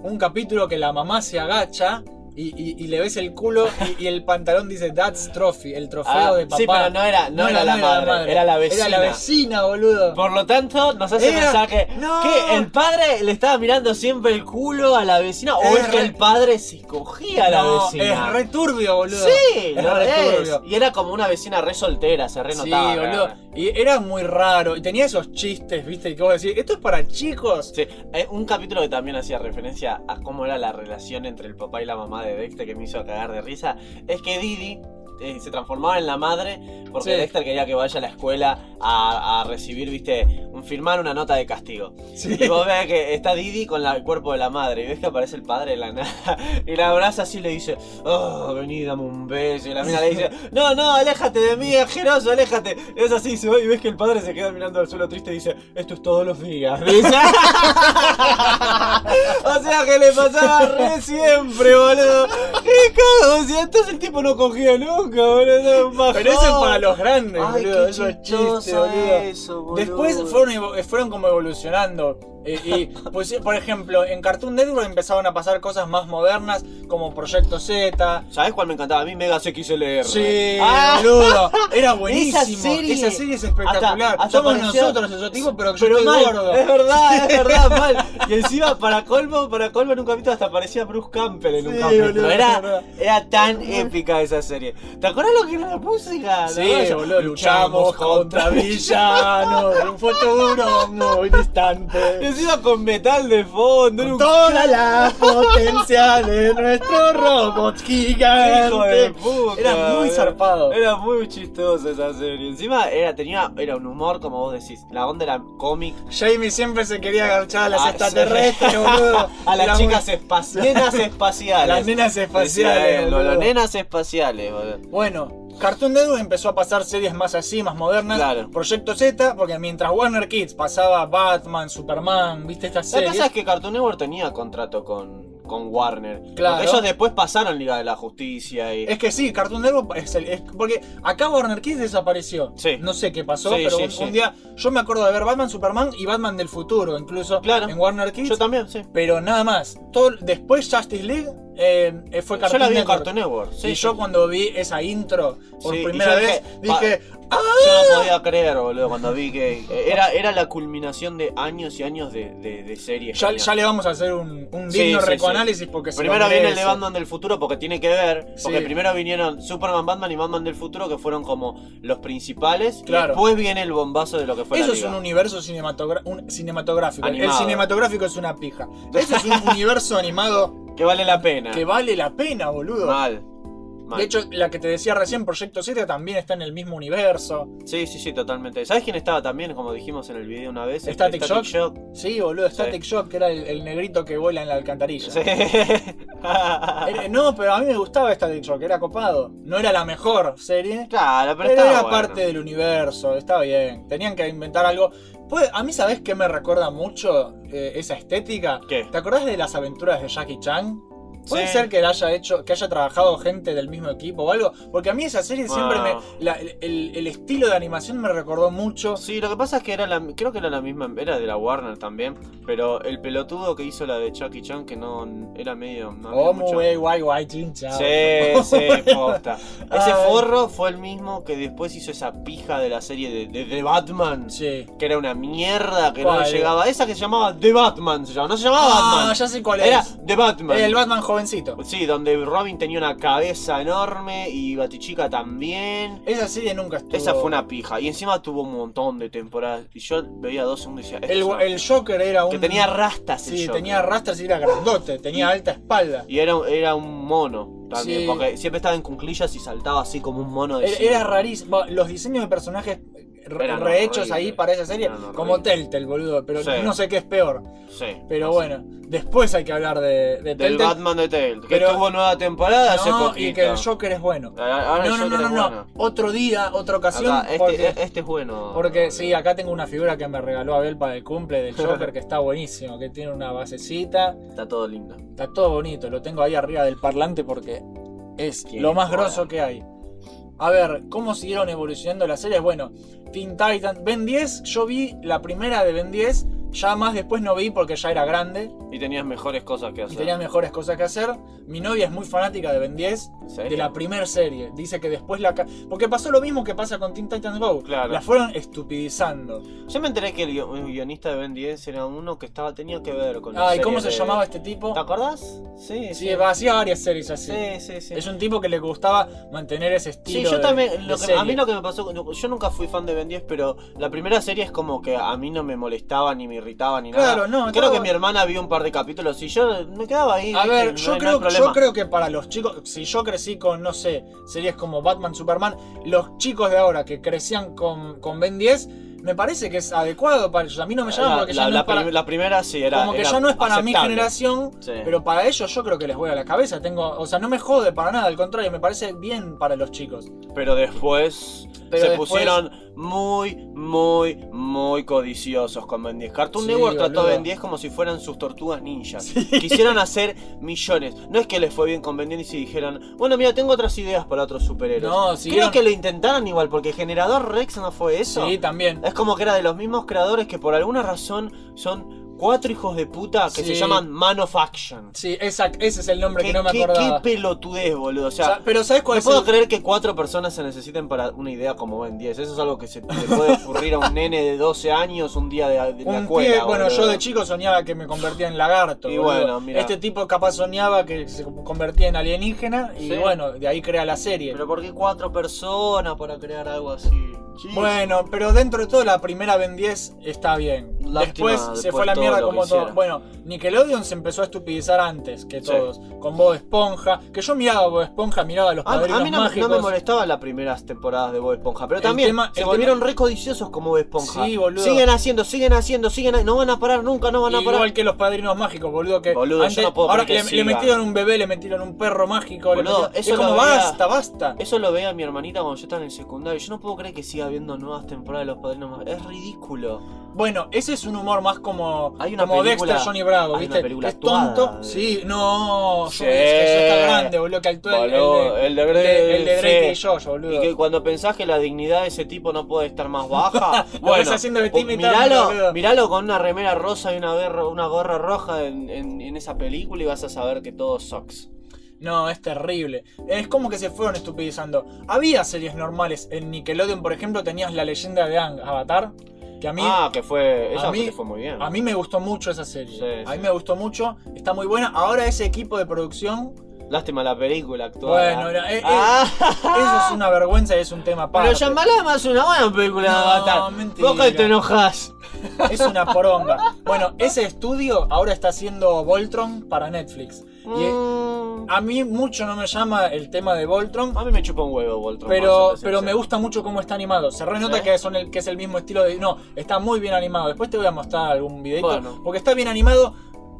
un capítulo que la mamá se agacha y, y- y le ves el culo y, y el pantalón dice That's Trophy, el trofeo
Ah,
de papá.
Sí, pero no era, no era, la, madre, era la vecina.
Era la vecina, boludo.
Por lo tanto, nos hace
Era-
pensar que,
¡No!
que el padre le estaba mirando siempre el culo a la vecina o
Es
es que
re-
el padre se cogía a la
No,
vecina.
Es re turbio, boludo.
Sí,
es
lo
re
es.
turbio.
Y era como una vecina re soltera, se re
Sí,
notaba,
boludo.
¿verdad?
Y era muy raro. Y tenía esos chistes, viste, que vos decís, esto es para chicos.
Sí, eh, un capítulo que también hacía referencia a cómo era la relación entre el papá y la mamá de Dexter que me hizo cagar de risa, es que Didi eh, se transformaba en la madre porque
Sí.
Dexter quería que vaya a la escuela a, a recibir, viste, un- firmar una nota de castigo.
Sí.
Y vos ves que está Didi con la- el cuerpo de la madre y ves que aparece el padre de la nada y la abraza así y le dice, oh, vení, dame un beso. Y la mina le dice, no, no, aléjate de mí, asqueroso, aléjate. Es así, se va y ves que el padre se queda mirando al suelo triste y dice, esto es todos los días. dice. o sea que le pasaba re siempre, boludo. Qué cago, o sea, entonces el tipo no cogía nunca, boludo. un bajón.
Pero eso es para los grandes,
Ay,
boludo.
qué
Eso es
chistoso
chiste, boludo.
eso, boludo.
Después fueron, evo- eh, fueron como evolucionando. Eh, y, pues, eh, por ejemplo, en Cartoon Network empezaban a pasar cosas más modernas como Proyecto Z.
¿Sabes cuál me encantaba a mí? Mega XLR.
Sí,
Ah,
boludo. Era buenísimo.
Esa serie.
es espectacular.
Hasta- hasta
Somos
pareció-
nosotros esos tipos, pero yo
Pero
estoy
mal,
gordo.
es verdad, es verdad, mal. Y encima, para colmo, para colmo en un capítulo hasta aparecía Bruce Campbell en un
Sí,
capítulo.
boludo, es
era,
verdad.
era tan épica esa serie. ¿Te acordás lo que era la música?
Sí, boludo, luchamos contra villanos en un futuro muy
Y
distante.
encima con metal de fondo,
Con
era un
Toda la potencia de nuestro robot
hijo de
gigante.
puta.
Era muy
boludo.
zarpado.
Era muy chistosa esa serie. Encima era, tenía, era un humor, como vos decís. La onda era cómic.
Jamie siempre se quería agarchar a las
Ah,
extraterrestres, boludo.
A las
Era
chicas
muy-
espaciales. Nenas
a
espaciales.
las nenas
Decía
espaciales.
él,
boludo.
boludo, nenas espaciales, boludo.
Bueno, Cartoon Network empezó a pasar series más así, más modernas.
Claro.
Proyecto Z, porque mientras Warner Kids pasaba Batman, Superman, viste estas
La
series.
cosa es que Cartoon Network tenía contrato con, con con Warner.
Claro.
Porque ellos después pasaron Liga de la Justicia y.
Es que sí, Cartoon Network es el- es- porque acá Warner Kids desapareció.
Sí.
No sé qué pasó,
Sí,
pero
sí,
un,
sí.
un día yo me acuerdo de ver Batman, Superman y Batman del futuro, incluso
Claro.
en Warner Kids.
Yo también, sí.
Pero nada más. Todo, después Justice League eh, eh, fue
yo
Cartoon
la vi en
Network.
Cartoon Network. Sí,
y yo cuando vi esa intro por
Sí, y
primera
yo
vez
dije,
dije, ¡ah!
Yo no podía creer, boludo, cuando vi que. eh, Era, era la culminación de años y años de, de, de series.
Ya,
geniales.
ya le vamos a hacer un, un
Sí,
digno
sí, sí.
recoanálisis porque se lo
Primero viene el de
merece.
Batman del futuro porque tiene que ver. Porque
Sí.
primero vinieron Superman, Batman y Batman del futuro que fueron como los principales. y
Claro.
después viene el bombazo de lo que fue
Eso
la
es
liga.
un universo cinematogra- un- cinematográfico.
Animado.
El cinematográfico es una pija. Eso es un universo animado
Que vale la pena.
que vale la pena, boludo.
Ah. Mal. Mal.
De hecho, la que te decía recién, Proyecto 7 también está en el mismo universo.
Sí, sí, sí, totalmente. ¿Sabes quién estaba también, como dijimos en el video una vez?
Static Shock.
Shock.
Sí, boludo, Static Shock, que era el, el negrito que vuela en la alcantarilla.
Sí.
Eh, No, pero a mí me gustaba Static Shock, era copado. No era la mejor serie,
claro, pero,
pero,
estaba
era
bueno.
parte del universo, estaba bien. Tenían que inventar algo. Pues, a mí, ¿sabes qué me recuerda mucho eh, esa estética?
¿Qué?
¿Te acordás de las aventuras de Jackie Chan? Puede
Sí.
ser que la haya hecho, que haya trabajado gente del mismo equipo o algo, porque a mí esa serie siempre
Wow.
me. la- el, el- el estilo de animación me recordó mucho.
Sí, lo que pasa es que era la, creo que era la misma, era de la Warner también, pero el pelotudo que hizo la de Chucky Chan que no era medio no había
Oh,
mucho-
muy guay, guay, chincha.
Sí, sí, posta. Ese
Ay.
forro fue el mismo que después hizo esa pija de la serie de, de The Batman.
Sí.
Que era una mierda que no
¿Cuál?
le llegaba. Esa que se llamaba The Batman, se llamaba. No se llamaba
Ah,
Batman.
ya sé cuál
Era
es.
The Batman. Pues
El Batman jovencito.
Sí, donde Robin tenía una cabeza enorme y Batichica también.
Esa serie nunca estuvo.
Esa fue una pija. Y encima tuvo un montón de temporadas. Y yo veía dos segundos y decía. "Esto
El,
es una-".
el Joker era un.
Que tenía rastas el
Sí,
Joker.
tenía rastras y era grandote, tenía
Y-
alta espalda.
Y era, era un mono también.
Sí.
Porque siempre estaba en cunclillas y saltaba así como un mono de
Era,
cine.
era rarísimo. Los diseños de personajes re-
Eran
rehechos
horribles.
ahí para esa serie,
Eran horribles.
como Telltale, boludo, pero
Sí.
no sé qué es peor.
Sí.
Pero
así.
bueno, después hay que hablar de, de
Del
Telltale.
Batman de Tale, que
Pero-
tuvo nueva temporada hace
No,
poquito.
y que el Joker es bueno.
Ahora- ahora el
No, no, no,
Joker
no,
es
no.
bueno.
Otro día, otra ocasión.
Acá, este,
porque,
este es bueno.
porque sí, acá tengo una figura que me regaló Abel para el cumple del Joker que está buenísimo, que tiene una basecita.
Está todo lindo.
Está todo bonito, lo tengo ahí arriba del parlante porque es
Qué
lo más
joda.
grosso que hay. A ver, ¿cómo siguieron evolucionando las series? Bueno, Teen Titans, Ben 10, yo vi la primera de Ben 10, ya más después no vi porque ya era grande
Y tenías mejores cosas que hacer.
y tenía mejores cosas que hacer. Mi novia es muy fanática de Ben 10,
¿En serio?
de la primer serie. Dice que después la... ca- Porque pasó lo mismo que pasa con Teen Titans Go.
Claro.
La fueron estupidizando.
Yo me enteré que el guio- el guionista de Ben 10 era uno que estaba tenía que ver con la
Ah, ¿y
serie
cómo se
de-
llamaba este tipo?
¿Te acordás? Sí,
Sí, va, hacía varias series así.
Sí, sí, sí.
Es un tipo que le gustaba mantener ese estilo.
Sí, yo
de-
también, lo
de
que- a
serie.
mí lo que me pasó, no, yo nunca fui fan de Ben 10, pero la primera serie es como que a mí no me molestaba, ni me irritaba, ni
Claro,
nada.
no,
Creo
estaba-
que mi hermana vio un par de capítulos y yo me quedaba ahí.
A
¿viste?
ver,
No
yo,
hay- no hay
creo, yo
problema.
creo que para los chicos, si yo crecí con, no sé, series como Batman, Superman, los chicos de ahora que crecían con, con Ben 10, me parece que es adecuado para ellos. A mí no me llama
la,
porque
la-
ya no
la
es para,
prim- la primera sí era.
como que
era
ya no es para mi
aceptable.
generación,
Sí.
pero para ellos yo creo que les voy a la cabeza. Tengo, o sea, no me jode para nada, al contrario, me parece bien para los chicos.
Pero después
Pero
se
después-
pusieron muy, muy, muy codiciosos con Ben 10. Cartoon
Sí,
Network trató a
boludo.
Ben 10 como si fueran sus tortugas ninjas. Quisieron hacer millones. No es que les fue bien con Ben 10 y dijeron, bueno, mira, tengo otras ideas para otros superhéroes.
No,
Creo
siguieron-
que lo intentaron igual, porque Generador Rex no fue eso.
Sí, también.
Es como que era de los mismos creadores que por alguna razón son cuatro hijos de puta que
Sí.
se llaman Man of Action.
Sí, exacto, ese es el nombre que
Qué-
no me
qué-
acordaba.
qué pelotudez, boludo. O
O
sea,
sea, pero ¿sabes cuál
no
es
puedo
el-
creer que cuatro personas se necesiten para una idea como Ben 10. Eso es algo que se le puede ocurrir a un nene de 12 años un día de, de la
Un
escuela.
pibe- bueno,
boludo.
yo de chico soñaba que me convertía en lagarto.
Y
boludo.
bueno, mirá.
Este tipo capaz soñaba que se convertía en alienígena y
Sí.
bueno, de ahí crea la serie.
Pero ¿por qué cuatro personas para crear algo así? Jeez.
Bueno, pero dentro de todo la primera Ben 10 está bien.
Lástima,
después se
después
fue a la
todo
mierda
lo que
como todo.
hicieron.
Bueno, Nickelodeon se empezó a estupidizar antes que
Sí.
todos. Con Bob Esponja, que yo miraba Bob Esponja, miraba a los
A, a
padrinos
mí no, me- no
mágicos.
me molestaban las primeras temporadas de Bob Esponja, pero
El
también
tema-
se
el
volvieron re codiciosos como Bob Esponja.
Sí, boludo.
Siguen haciendo, siguen haciendo, siguen ha- No van a parar nunca, no van a parar.
Igual que los padrinos mágicos, boludo, que
Boludo, yo no puedo
ahora
creer
le,
que
le
siga.
metieron un bebé, le metieron un perro mágico, le
Boludo,
metieron-
eso
es como
lo veía-
basta, basta.
Eso lo veía mi hermanita cuando yo estaba en el secundario. Yo no puedo creer que siga habiendo nuevas temporadas de los padrinos Mágicos. Es ridículo.
Bueno, ese es un humor más como,
Hay una
como
película-
Dexter Johnny Bravo,
hay una
¿viste?
película
es tonto.
actuada de-
Sí, no,
Sí.
yo eso está grande, boludo, que actúa el-
Boludo,
el,
el de-
de, el de Drake y
sí.
Josh, boludo.
Y que cuando pensás que la dignidad de ese tipo no puede estar más baja,
Lo
bueno,
ves haciendo vestirme y tal, boludo.
miralo, miralo con una remera rosa y una, berro- una gorra roja en, en- en esa película y vas a saber que todo sucks.
No, es terrible. Es como que se fueron estupidizando. Había series normales. En Nickelodeon, por ejemplo, tenías la leyenda de Ang, Avatar. Que a mí,
ah, que fue.
a
Esa
mí-
te fue muy bien.
a mí me gustó mucho esa serie.
Sí,
a mí
sí.
me gustó mucho. Está muy buena. Ahora ese equipo de producción.
Lástima la película actual.
Bueno, era- eh, eh, Eso es una vergüenza y es un tema aparte.
Pero llamala más una buena película de
No,
Avatar.
mentira.
Vos que te enojas.
Es una poronga. Bueno, ese estudio ahora está haciendo Voltron para Netflix. Y eh,
Mm.
a mí mucho no me llama el tema de Voltron.
A mí me chupa un huevo, Voltron.
Pero,
para serte
pero me
sincero.
gusta mucho cómo está animado. Se renota
¿Sí?
que, son el, que es el mismo estilo de. No, está muy bien animado. Después te voy a mostrar algún videito.
Bueno.
Porque está bien animado.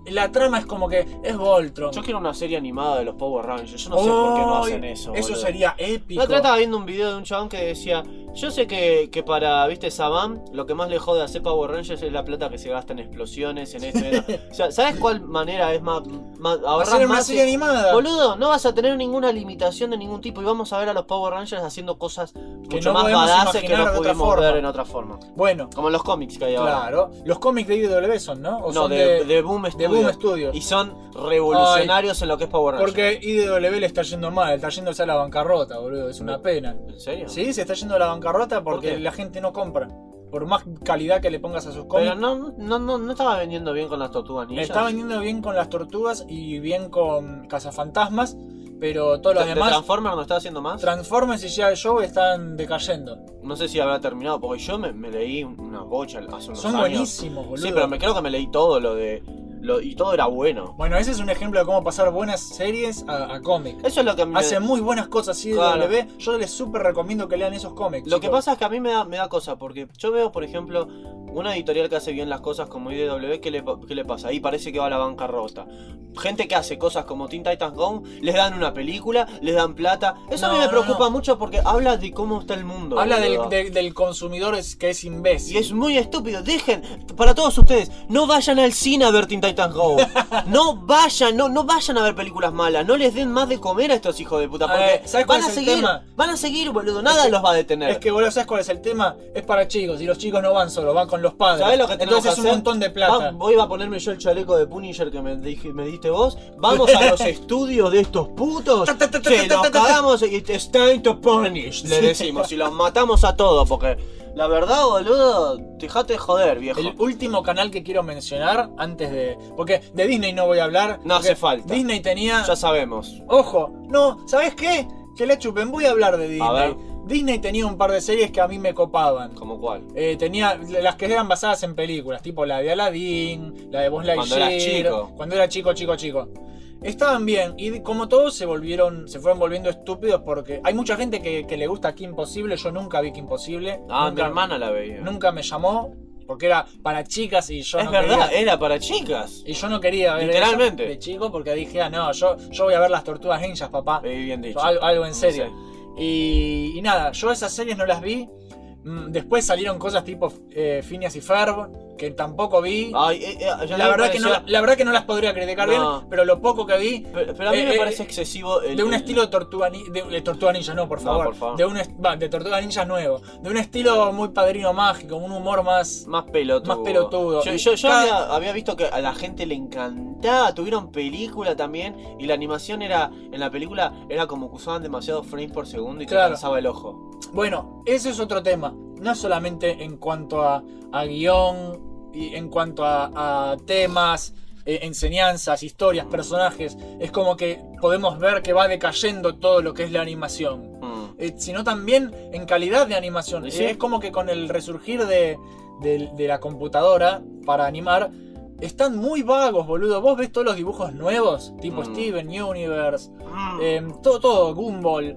La trama es como que es Voltron.
Yo quiero una serie animada de los Power Rangers. Yo no sé por qué no hacen
¡Ay!
eso.
Eso
boludo.
sería
La
épico.
otra estaba viendo un video de un chabón que decía: Yo sé que, que para, viste, Saban, lo que más le jode hacer Power Rangers es la plata que se gasta en explosiones, en esto. en eso. O sea, ¿sabes cuál manera es más. más ahorrar
Hacer una
más?
serie animada.
Boludo, no vas a tener ninguna limitación de ningún tipo y vamos a ver a los Power Rangers haciendo cosas mucho
no
más
podemos
badaces que
imaginar
no
de otra
pudimos
forma.
ver en otra forma.
Bueno,
Como en los cómics que hay ahora.
claro. Los cómics de IDW son, ¿no? O
No,
son
de,
de,
de Boom
de
Studios.
Boom Studios.
Y son revolucionarios en lo que es Power Rangers.
Porque IDW le está yendo mal. Está yéndose a la bancarrota, boludo. Es una
No.
pena.
¿En serio?
Sí, se está yendo a la bancarrota porque
qué?
la gente no compra. Por más calidad que le pongas a sus cómics.
Pero no, no, no, no estaba vendiendo bien con las tortugas ninjas.
Está vendiendo bien con las tortugas y bien con cazafantasmas, pero todos los
¿De- de
demás,
Transformers no está haciendo más.
Transformers y G.I. Joe están decayendo.
no sé si habrá terminado, porque yo me, me leí una bocha hace unos
Son
años.
buenísimos, boludo.
Sí, pero me creo que me leí todo lo de. Lo, y todo era bueno.
Bueno, ese es un ejemplo de cómo pasar buenas series a, a cómics.
Eso es lo que me.
Hace muy buenas cosas IDW,
Claro.
yo les súper recomiendo que lean esos cómics.
Lo que
chicos.
pasa es que a mí me da, me da cosa, porque yo veo, por ejemplo, una editorial que hace bien las cosas como IDW, ¿qué le, pa- qué le pasa? Ahí parece que va a la bancarrota. Gente que hace cosas como Teen Titans Go, les dan una película, les dan plata. Eso a mí
No,
me
no,
preocupa
no.
mucho porque habla de cómo está el mundo.
Habla
boludo.
del, de- del consumidor es- que es imbécil.
Y es muy estúpido. Dejen, para todos ustedes, no vayan al cine a ver Teen Titans Go. No vayan, no, no vayan a ver películas malas. No les den más de comer a estos hijos de puta.
A
Porque
ver, ¿sabes cuál
van a
es el
seguir,
tema?
van a seguir, boludo. Nada los va a detener.
Es que, boludo, ¿sabes cuál es el tema? Es para chicos y los chicos no van solos, van con los padres.
¿Sabés lo que tenemos
Entonces
que
es un
hacer?
montón de plata.
Va- voy a ponerme yo el chaleco de Punisher que me, dij- me diste vos. Vamos a los estudios de estos putos.
Ta, ta, ta, ta,
Te
ta,
los
ta, ta.
cagamos y it's time to punish. Le
Sí.
decimos y los matamos a todos porque la verdad, boludo, dejate de joder, viejo.
El último canal que quiero mencionar antes de. Porque de Disney no voy a hablar.
No hace
porque
falta.
Disney tenía.
Ya sabemos.
Ojo, no, ¿sabes qué? Que le chupen, voy a hablar de Disney.
ver.
Disney tenía un par de series que a mí me copaban.
¿Como cuál?
Eh, tenía las que eran basadas en películas, tipo la de Aladdin, la de Buzz Lightyear.
Cuando eras chico.
Cuando era chico, chico, chico. Estaban bien, y como todos se volvieron, se fueron volviendo estúpidos porque hay mucha gente que, que le gusta que Imposible, yo nunca vi que Imposible.
Ah, mi
nunca,
hermana la veía.
nunca me llamó porque era para chicas y yo
es
no
verdad,
quería.
era para chicas.
Y yo no quería ver
Literalmente.
eso de chico porque dije, ah, no, yo, yo voy a ver las tortugas ninjas, papá.
Eh, bien dicho.
Al- algo en
No
serio.
sé.
Y, y nada, yo esas series no las vi. Mm, Después salieron cosas tipo eh, Phineas y Ferb, que tampoco vi.
Ay, eh, eh, ya a mí
la,
me
verdad que no,
pareció-
la verdad que no las podría criticar
No.
bien, pero lo poco que vi
Pero, pero a mí
eh,
me
eh,
parece excesivo. El,
de un
el-
estilo tortuga ni- de, de tortuga ninja no por
No,
favor,
por favor.
de un est- va, de tortuga ninja nuevo de un estilo muy padrino mágico un humor más
Más pelotudo.
Más pelotudo.
Yo,
Y
yo- yo
cada-
había, había visto que a la gente le encantaba. Tuvieron película también. Y la animación era. En la película era como que usaban demasiados frames por segundo y te
Claro.
cansaba el ojo.
Bueno, ese es otro tema. No solamente en cuanto a, a guión, y en cuanto a, a temas, eh, enseñanzas, historias, personajes. Es como que podemos ver que va decayendo todo lo que es la animación.
Mm.
Eh, sino también en calidad de animación.
Y sí.
Eh, Es como que con el resurgir de, de- de la computadora para animar, están muy vagos, boludo. Vos ves todos los dibujos nuevos, tipo
Mm.
Steven Universe,
Mm.
eh, todo, todo, Gumball.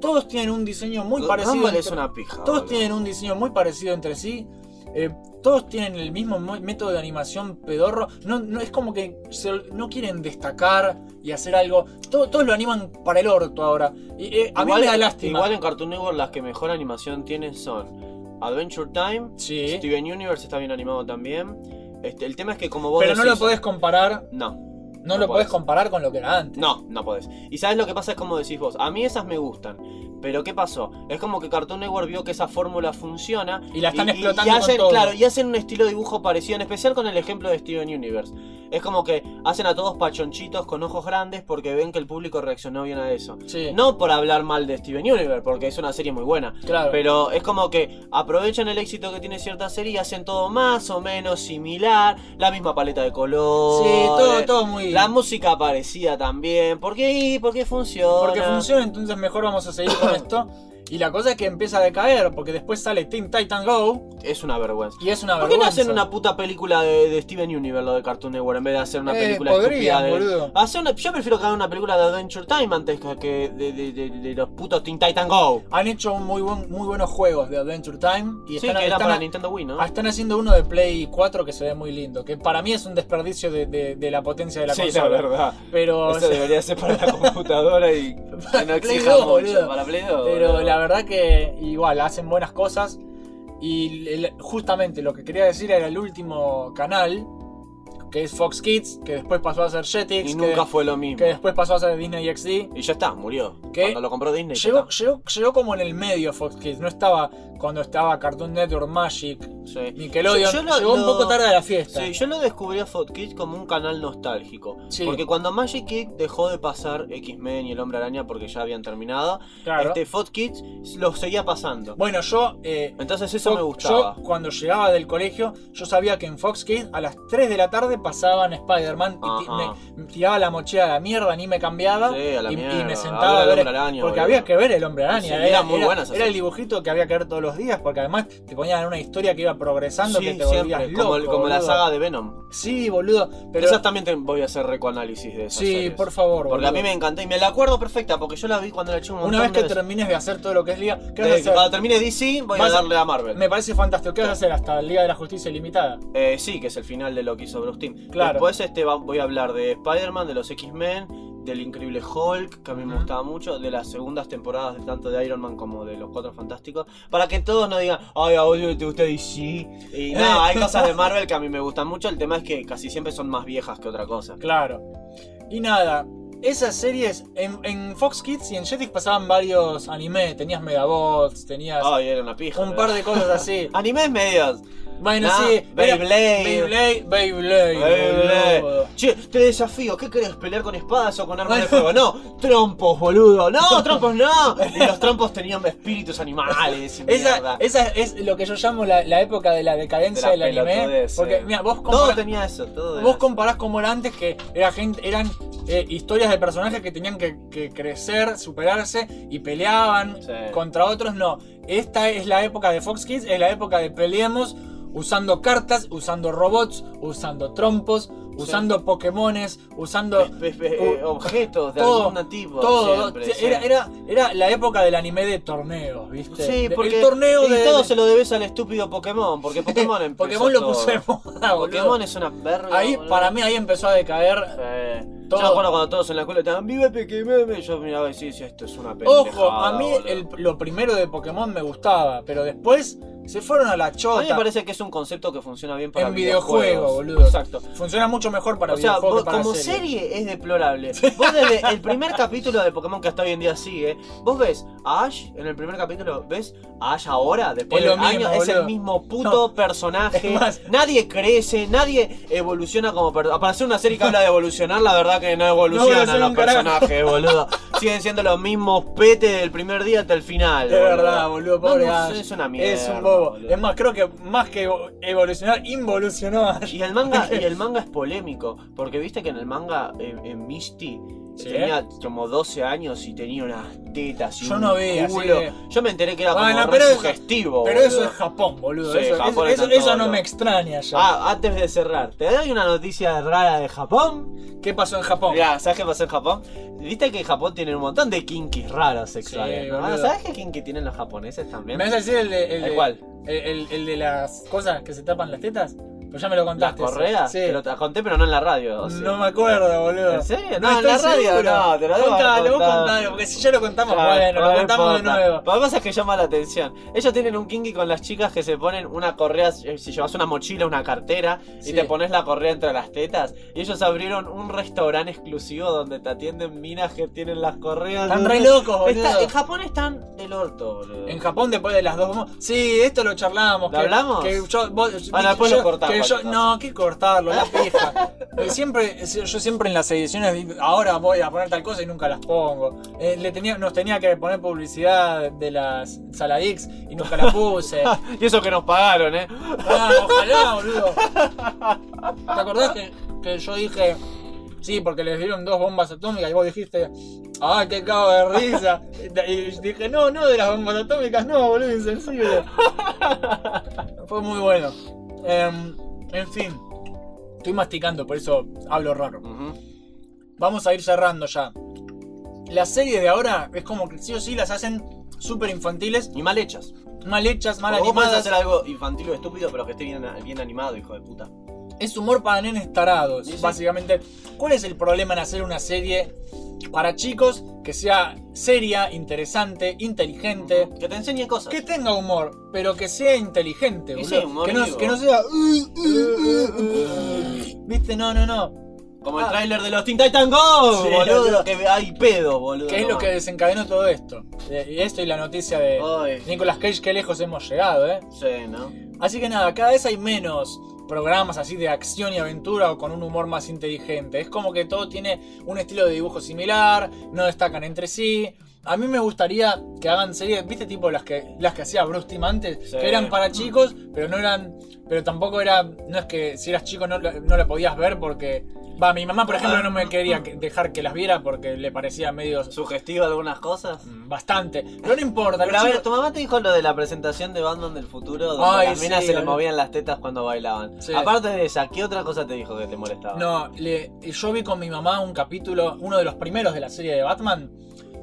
Todos tienen un diseño muy
Gumball
parecido.
es
entre-
una pija.
Todos
boludo.
tienen un diseño muy parecido entre sí. eh, todos tienen el mismo mo- método de animación pedorro. No, no es como que se- no quieren destacar y hacer algo. Todo- todos lo animan para el orto ahora. Y, eh, a mí me da lástima.
Igual en Cartoon Network las que mejor animación tienen son Adventure Time.
Sí.
Steven Universe está bien animado también. Este, el tema es que como vos
Pero no lo
decís-
podés comparar.
No,
No,
No
lo podés
podés.
comparar con lo que era antes.
no, no podés. Y sabes lo que pasa es como decís vos. A mí esas me gustan. Pero ¿qué pasó? Es como que Cartoon Network vio que esa fórmula funciona.
Y la están explotando
y
con
hacen,
todo.
Claro, y hacen un estilo de dibujo parecido, en especial con el ejemplo de Steven Universe. Es como que hacen a todos pachonchitos con ojos grandes porque ven que el público reaccionó bien a eso.
Sí.
No por hablar mal de Steven Universe, porque es una serie muy buena.
Claro.
Pero es como que aprovechan el éxito que tiene cierta serie y hacen todo más o menos similar. La misma paleta de color.
sí, todo, todo muy.
eh, La música parecida también. ¿Por qué? Y Porque funciona.
Porque funciona, entonces mejor vamos a seguir con esto. Y la cosa es que empieza a decaer, porque después sale Teen Titan Go
Es una vergüenza.
y es una
¿Por qué no
vergüenza.
hacen una puta película de, de Steven Universe, lo de Cartoon Network, en vez de hacer una
Eh,
película
podrían,
estúpida de-
boludo.
Hacer una- yo prefiero que hagan una película de Adventure Time antes que- que de, de- de- de los putos Teen Titan Go.
Ah, Han hecho un muy, buen, muy buenos juegos de Adventure Time y
sí,
están,
que era
están-
para Nintendo Wii, ¿no?
ah, están haciendo uno de Play 4 que se ve muy lindo, que para mí es un desperdicio de, de- de la potencia de la
sí, la
consola.
verdad.
Pero,
Eso debería ser para la computadora y que no
Play
exija
dos,
mucho.
boludo.
Para Play dos,
pero
boludo.
la verdad que igual hacen buenas cosas. Y el- justamente lo que quería decir era el último canal, que es Fox Kids, que después pasó a ser Jetix. que-
Y nunca fue lo mismo.
que después pasó a ser Disney XD.
Y ya está, murió.
¿Qué?
Cuando lo compró Disney. ya
Llegó,
está.
llegó, llegó como en el medio Fox Kids, no estaba cuando estaba Cartoon Network, Magic,
Sí.
Nickelodeon.
Yo- yo lo-
llegó un
lo-
poco tarde a la fiesta.
Sí, yo lo descubrí a Fox Kids como un canal nostálgico.
Sí.
Porque cuando Magic Kid dejó de pasar X-Men y el Hombre Araña porque ya habían terminado,
claro.
este Fox Kids lo seguía pasando.
Bueno, yo, eh,
Entonces eso
yo-
me gustaba.
yo cuando llegaba del colegio, yo sabía que en Fox Kids a las 3 de la tarde pasaban Spider-Man y ti-
Ajá.
me, me tiraba la mochila a la mierda, ni me cambiaba.
Sí, a la
y, y me
mierda,
sentaba
a ver
a
el
ver.
Hombre Araña,
porque
boludo.
había que ver el hombre araña.
Sí, era muy buena esa
era el
serie.
dibujito que había que ver todos los días, porque además te ponían una historia que iba progresando
Sí,
que te
siempre,
volvías
como, el-
loco,
como la
boludo.
saga de Venom.
Sí, boludo. Pero
Esas también te- voy a hacer recoanálisis de esas
Sí,
series.
por favor,
Porque
boludo.
a mí me encanta y me la acuerdo perfecta porque yo la vi cuando era chico un
una vez
montón
que
de veces.
termines de hacer todo lo que es Liga, ¿qué vas a
Desde que
hacer?
cuando termine DC voy
Vas
a
a-
darle a Marvel.
Me parece fantástico. ¿Qué vas a hacer hasta Liga de la Justicia Ilimitada?
Eh, sí, que es el final de lo que hizo Bruce Timm.
Claro.
Después este, va- voy a hablar de Spider-Man, de los X-Men, del increíble Hulk, que a mí me
Ujú.
gustaba mucho, de las segundas temporadas de tanto de Iron Man como de los Cuatro Fantásticos, para que todos no digan, ay, a vos te gusta DC. Y no, hay cosas de Marvel que a mí me gustan mucho, el tema es que casi siempre son más viejas que otra cosa.
Claro. Y nada, esas series en, en Fox Kids y en Jetix pasaban varios anime. Tenías Megabots, tenías
Ay, era una pija.
un par de cosas así.
Animes medios.
bueno,
Nah,
sí. era-
Beyblade.
Beyblade, Beyblade.
Beyblade.
boludo.
Che, te desafío, ¿qué querés? ¿Pelear con espadas o con armas de fuego? No, trompos, boludo. No, trompos no. Y los trompos tenían espíritus animales y
Esa,
mierda.
esa es lo que yo llamo la, la época de la decadencia
De la
del anime.
pelotudez,
Porque,
sí.
mira, vos
Todo
comparás-
tenía eso, todo. era
Vos
eso.
comparás como era antes que era gente, eran eh, historias de personajes que tenían que, que crecer, superarse y peleaban
Sí.
contra otros. No, esta es la época de Fox Kids, es la época de peleemos usando cartas, usando robots, usando trompos, usando Pokémones, usando
Pe- pe- eh,
Uh,
objetos de
todo,
algún tipo.
todo.
siempre,
era,
sí.
era, era la época del anime de torneos, ¿viste?
Sí,
De-
porque
el torneo
y
de.
todo se lo debes al estúpido Pokémon, porque Pokémon empezó
Pokémon lo
todo.
puso de moda, boludo.
Pokémon es una verga.
Ahí,
boludo.
para mí, ahí empezó a decaer
Sí.
Todo.
Yo me acuerdo cuando todos en la escuela estaban vive Pokémon y yo miraba y decía, esto es una pendejada.
Ojo, a mí
boludo".
el- lo primero de Pokémon me gustaba, pero después se fueron a la
A mí me
chota.
parece que es un concepto que funciona bien para
En videojuego,
videojuegos.
boludo.
Exacto.
Funciona mucho mejor para
o sea,
videojuegos
vos-
que para
como
series.
serie. es deplorable. Vos desde el primer capítulo de Pokémon que hasta hoy en día sigue, vos ves a Ash en el primer capítulo, ves a Ash ahora, después
Es lo
de años,
mismo,
es el
boludo.
mismo puto personaje.
Es más-
nadie crece, nadie evoluciona como per- Para hacer una serie que habla de evolucionar, la verdad que no evolucionan
evoluciona
los
un carajo.
personajes, boludo. Siguen siendo los mismos petes del primer día hasta el final.
De verdad, boludo,
No,
pobre
no,
Ash.
es una mierda.
Es un bobo.
boludo.
Es más, creo que más que evo- evolucionar, involucionó a Ash.
Y el manga, y el manga es polémico, porque viste que en el manga en, en Misty
Sí.
tenía como 12 años y tenía unas tetas y
Yo
un
no vi, así
culo.
que-
Yo me enteré que era
Bueno,
como
pero
re
eso-
sugestivo.
Pero eso
Oh, boludo.
es Japón, boludo.
Sí,
eso
Japón
eso-
está en
eso
todo,
no
boludo.
me extraña ya.
Ah, antes de cerrar, te doy una noticia rara de Japón.
¿Qué pasó en Japón?
Mirá, ¿sabes qué pasó en Japón? Viste que en Japón tienen un montón de kinkis raros sexuales. ¿no?
boludo.
¿Sabes qué kinky tienen los japoneses también?
¿Me vas a decir el de, el, de-
¿Cuál?
el- el- el de las cosas que se tapan las tetas? Pero ya me lo
¿Las
contaste. eso.
correas?
Sí.
Te lo te conté, pero no en la radio. o sea.
No me acuerdo, boludo.
¿En serio? No, en la
estoy
radio
seguro.
no, te lo debo haber
Contalo, vos
contado.
contalo, porque si ya lo contamos,
Claro,
bueno,
no
lo contamos de
importa.
nuevo.
Lo que pasa es que llama la atención. Ellos tienen un kinky con las chicas que se ponen una correa, eh, si llevas una mochila, una cartera,
Sí.
y te pones la correa entre las tetas. Y ellos abrieron un restaurante exclusivo donde te atienden minas que tienen las correas.
Están re locos, boludo.
Está- en Japón están del orto, boludo.
En Japón después de las dos vamos- Sí, esto lo charlábamos.
¿Lo
que-
hablamos?
Que yo, vos-
Bueno,
que
después
yo-
lo cortamos,
que yo-
quizás.
no, que cortarlo, la pija. Eh, siempre, yo siempre en las ediciones digo, ahora voy a poner tal cosa y nunca las pongo. Eh, le tenía, nos tenía que poner publicidad de las Saladix y nunca la puse.
Ah, Y eso que nos pagaron, eh.
Ah, ojalá, boludo. ¿Te acordás que, que yo dije... Sí, porque les dieron dos bombas atómicas y vos dijiste, ah, qué cago de risa. Y dije, no, no, de las bombas atómicas, no, boludo, insensible. Fue muy bueno. Em, en fin, estoy masticando, por eso hablo raro.
Ujú.
Vamos a ir cerrando ya. Las series de ahora es como que sí o sí las hacen súper infantiles,
Y mal hechas.
mal hechas, mal
O vos podés
animadas.
hacer algo infantil o estúpido, pero que esté bien, bien animado, hijo de puta.
Es humor para nenes tarados,
Sí, sí.
básicamente. ¿Cuál es el problema en hacer una serie para chicos que sea seria, interesante, inteligente?
Ujú. Que te enseñe cosas.
Que tenga humor, pero que sea inteligente,
Y sí,
boludo.
humor
que, no,
vivo.
que no sea. "Uh, Viste, no, no, no.
Como
Ah.
el tráiler de los Teen Titans Go,
Sí, boludo.
boludo, que hay pedo, boludo.
Que es lo que desencadenó todo esto. Eh, Y esto y la noticia de
Ay.
Nicolas Cage, qué lejos hemos llegado, ¿eh?
Sí, ¿no?
Así que nada, cada vez hay menos programas así de acción y aventura o con un humor más inteligente. Es como que todo tiene un estilo de dibujo similar, no destacan entre sí. A mí me gustaría que hagan series, viste tipo las que las que hacía Bruce Timm antes,
Sí.
que eran para chicos, pero no eran, pero tampoco era, no es que si eras chico no, la- no la podías ver porque va, mi mamá por ejemplo no me quería que- dejar que las viera porque le parecía medio
Sugestivo algunas cosas.
mm, bastante, pero no importa.
Pero
los
a ver,
chicos-
tu mamá te dijo lo de la presentación de Batman del futuro, donde
Ay,
las
sí,
minas se le
boludo.
movían las tetas cuando bailaban.
Sí.
Aparte de esa, ¿qué otra cosa te dijo que te molestaba?
No, le- yo vi con mi mamá un capítulo, uno de los primeros de la serie de Batman,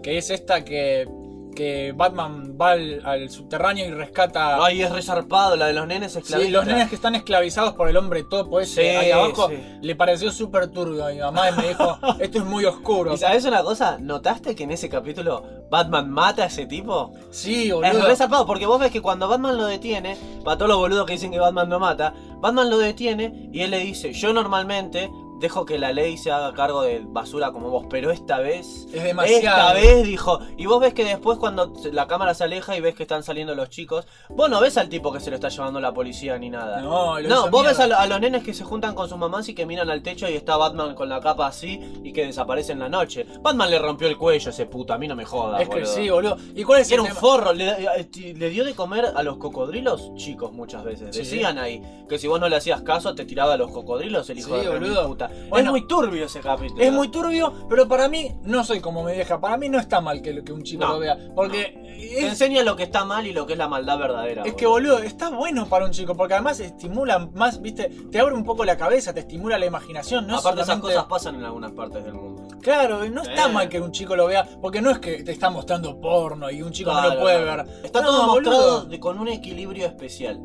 que es esta que, que Batman va al, al subterráneo y rescata
Ay, es resarpado, la de los nenes
Sí,
esclavistas.
los nenes que están esclavizados por el hombre topo ese
Sí,
ahí abajo.
sí.
Le pareció súper turbio a mi mamá y me dijo, esto es muy oscuro.
¿Y sabes una cosa? ¿Notaste que en ese capítulo Batman mata a ese tipo?
Sí,
Es
boludo.
re zarpado, porque vos ves que cuando Batman lo detiene, para todos los boludos que dicen que Batman no mata, Batman lo detiene y él le dice, yo normalmente dejo que la ley se haga cargo de basura como vos, pero esta vez...
Es demasiado.
Esta vez dijo. Y vos ves que después cuando la cámara se aleja y ves que están saliendo los chicos, vos no ves al tipo que se lo está llevando la policía ni nada.
No, lo hizo
vos ves
mierda.
a, lo- a los nenes que se juntan con sus mamás y que miran al techo y está Batman con la capa así y que desaparece en la noche. Batman le rompió el cuello a ese puto, a mí no me joda.
Es que
boludo.
sí, boludo. ¿Y cuál es
Era
el
un
tema?
forro, le, eh, le dio de comer a los cocodrilos chicos muchas veces.
Sí.
Decían ahí que si vos no le hacías caso te tiraba a los cocodrilos el hijo
Sí,
de remil
boludo.
puta.
Bueno.
es muy turbio ese capítulo.
Es muy turbio, pero para mí, no soy como mi vieja, para mí no está mal que, que un chico
No,
lo vea. Porque
Te
es-
enseña lo que está mal y lo que es la maldad verdadera.
Es que boludo, está bueno para un chico, porque además estimula más, viste, te abre un poco la cabeza, te estimula la imaginación, no
Aparte esas
solamente-
cosas pasan en algunas partes del mundo.
Claro, y no está
Eh.
mal que un chico lo vea, porque no es que te está mostrando porno y un chico no lo
Claro,
puede
claro.
ver.
Está
No,
todo
boludo.
mostrado de- con un equilibrio especial.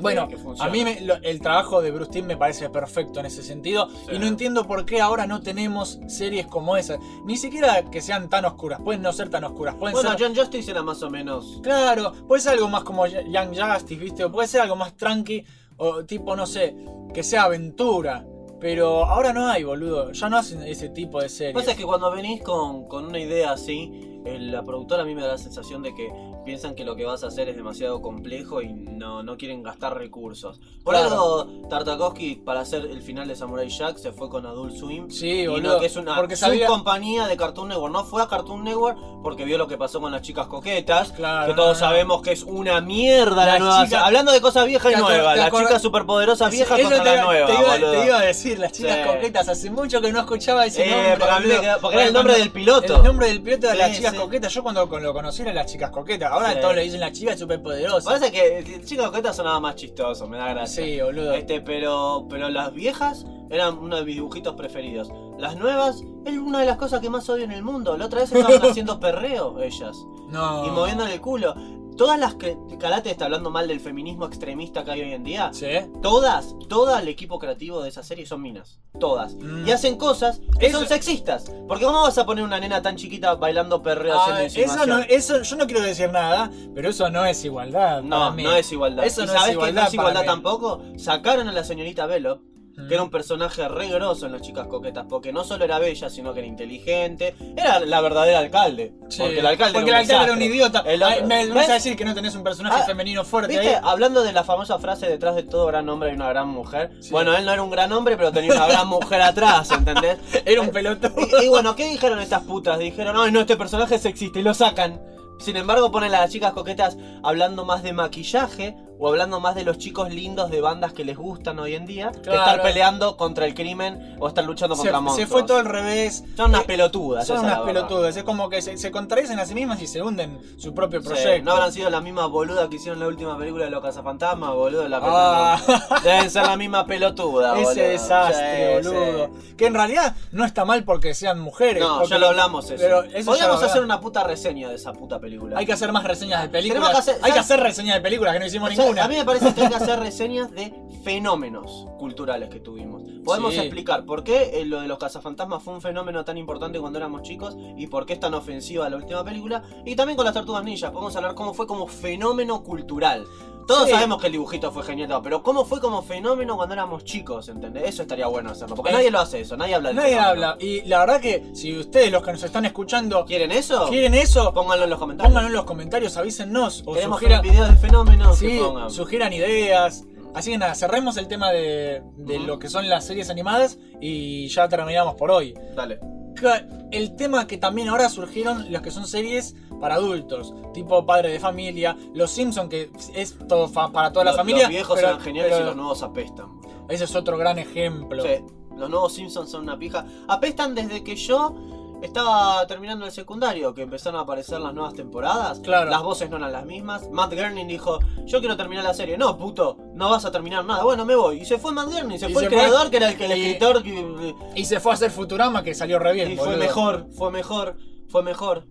Bueno,
que
a
funciona.
mí me- lo- el trabajo de Bruce Timm me parece perfecto en ese sentido
Sí.
y no entiendo por qué ahora no tenemos series como esas, ni siquiera que sean tan oscuras, pueden no ser tan oscuras, pueden
Bueno,
ser
John Justice era más o menos.
Claro, puede ser algo más como Young Justice, ¿viste? O puede ser algo más tranqui, o tipo, no sé, que sea aventura. Pero ahora no hay, boludo. Ya no hacen ese tipo de
Lo que pasa es
series.
que cuando venís con, con una idea así, el- la productora a mí me da la sensación de que piensan que lo que vas a hacer es demasiado complejo y no, no quieren gastar recursos. Por
Claro.
algo, Tartakovsky, para hacer el final de Samurai Jack, se fue con Adult Swim.
Sí,
y no,
boludo.
que es una
porque sabía...
subcompañía de Cartoon Network. No fue a Cartoon Network porque vio lo que pasó con las chicas coquetas.
Claro,
que
no,
todos
no, no.
sabemos que es una mierda la
Ah. Las
nueva.
chicas-
Hablando de cosas viejas y
Te acor-
nuevas.
te
Las
acor-
chicas superpoderosas viejas
Eso
contra
te,
la nueva.
te iba,
boludo.
te iba a decir, las chicas
Sí.
coquetas. Hace mucho que no escuchaba ese
Sí,
nombre.
porque a mí me
boludo.
queda- porque era el nombre del piloto.
El nombre del piloto de
Sí,
las chicas
sí.
coquetas. Yo cuando con- lo conocí era las chicas coquetas. Ahora
Sí.
todos le dicen las chicas superpoderosas.
Parece que el chico de coqueta sonaba más chistoso, me da gracia.
Sí, boludo.
Este, pero, pero las viejas eran uno de mis dibujitos preferidos. Las nuevas es una de las cosas que más odio en el mundo. La otra vez estaban haciendo perreo ellas
No.
y moviéndole el culo. Todas las que Karate está hablando mal del feminismo extremista que hay hoy en día.
Sí.
Todas, todo el equipo creativo de esa serie son minas. Todas.
Mm.
Y hacen cosas que
Eso-
son sexistas. Porque ¿cómo vas a poner una nena tan chiquita bailando perreo haciendo
Ah, eso
insinuación?
no, eso, yo no quiero decir nada, pero eso no es igualdad. para
No,
mí.
no es igualdad.
Eso
¿Y
no es
sabes que
igualdad
no es igualdad
para mí.
tampoco? Sacaron a la señorita Velo,
Mm.
que era un personaje re grosso en las chicas coquetas, porque no solo era bella, sino que era inteligente. Era la verdadera alcalde.
Sí.
Porque el alcalde
Porque
era
el
un,
alcalde era un
desastre.
idiota.
El otro-
Ay, me me
¿Ves?
vas a decir que no tenés un personaje
Ah,
femenino fuerte
¿Viste?
ahí.
Hablando de la famosa frase detrás de todo gran hombre hay una gran mujer.
Sí.
Bueno, él no era un gran hombre, pero tenía una gran mujer atrás, ¿entendés?
Era un pelotudo.
Y, y bueno, ¿qué dijeron estas putas? Dijeron, ay no, este personaje es sexista y lo sacan. Sin embargo, ponen a las chicas coquetas hablando más de maquillaje o hablando más de los chicos lindos de bandas que les gustan hoy en día. que
Claro.
Estar peleando contra el crimen o estar luchando
Se,
contra
se
monstruos.
fue todo al revés.
Son unas
Eh,
pelotudas.
Son
esa es
unas
la verdad.
pelotudas. Es como que se, se contradicen a sí mismas y se hunden su propio
Sí,
proyecto.
no habrán sido las mismas boludas que hicieron la última película de los cazafantasmas, boludo. La
Ah.
Deben ser la misma pelotuda, boludo.
Ese desastre,
Sí,
boludo.
sí.
Que en realidad no está mal porque sean mujeres.
No,
porque-
ya lo hablamos eso.
Pero eso ya lo
Podríamos
hablamos.
hacer una puta reseña de esa puta película.
Hay que hacer más reseñas de películas.
Tenemos que hacer-
Hay que
¿sabes?
hacer reseñas de películas que no hicimos
O sea,
ninguna.
a mí me parece que hay que hacer reseñas de fenómenos culturales que tuvimos. Podemos
Sí.
explicar por qué eh, lo de los cazafantasmas fue un fenómeno tan importante cuando éramos chicos y por qué es tan ofensiva la última película. Y también con las tortugas ninjas, podemos hablar cómo fue como fenómeno cultural. Todos
Sí.
sabemos que el dibujito fue genial, todo, pero cómo fue como fenómeno cuando éramos chicos, ¿entendés? Eso estaría bueno hacerlo, porque
Eh,
nadie lo hace eso, nadie habla de
Nadie habla. Y la verdad que si ustedes, los que nos están escuchando,
¿Quieren eso?
quieren eso,
Pónganlo en los comentarios.
pónganlo en los comentarios, avísennos. O
Queremos
sugieran,
ver videos de fenómenos. que
sí,
pongan.
sugieran ideas. Así que nada, cerremos el tema de, de
Ujú.
lo que son las series animadas y ya terminamos por hoy.
Dale.
Ca- El tema que también ahora surgieron las que son series para adultos, tipo Padre de Familia, Los Simpsons, que es todo fa- para toda la
Los-
familia.
Los viejos
pero-
eran geniales
pero
y los nuevos apestan. boludo.
Ese es otro gran ejemplo.
Sí, los nuevos Simpsons son una pija. Apestan desde que yo estaba terminando el secundario, que empezaron a aparecer las nuevas temporadas.
Claro.
Las voces no eran las mismas. Matt Groening dijo, yo quiero terminar la serie. No, puto, no vas a terminar nada. Bueno, me voy. Y se fue Matt Groening, se
Y
fue
se
el
fue.
creador, que era el, que- el
Y-
escritor. que-
Y se fue a hacer Futurama que salió re bien.
y fue
boludo.
mejor, fue mejor, fue mejor.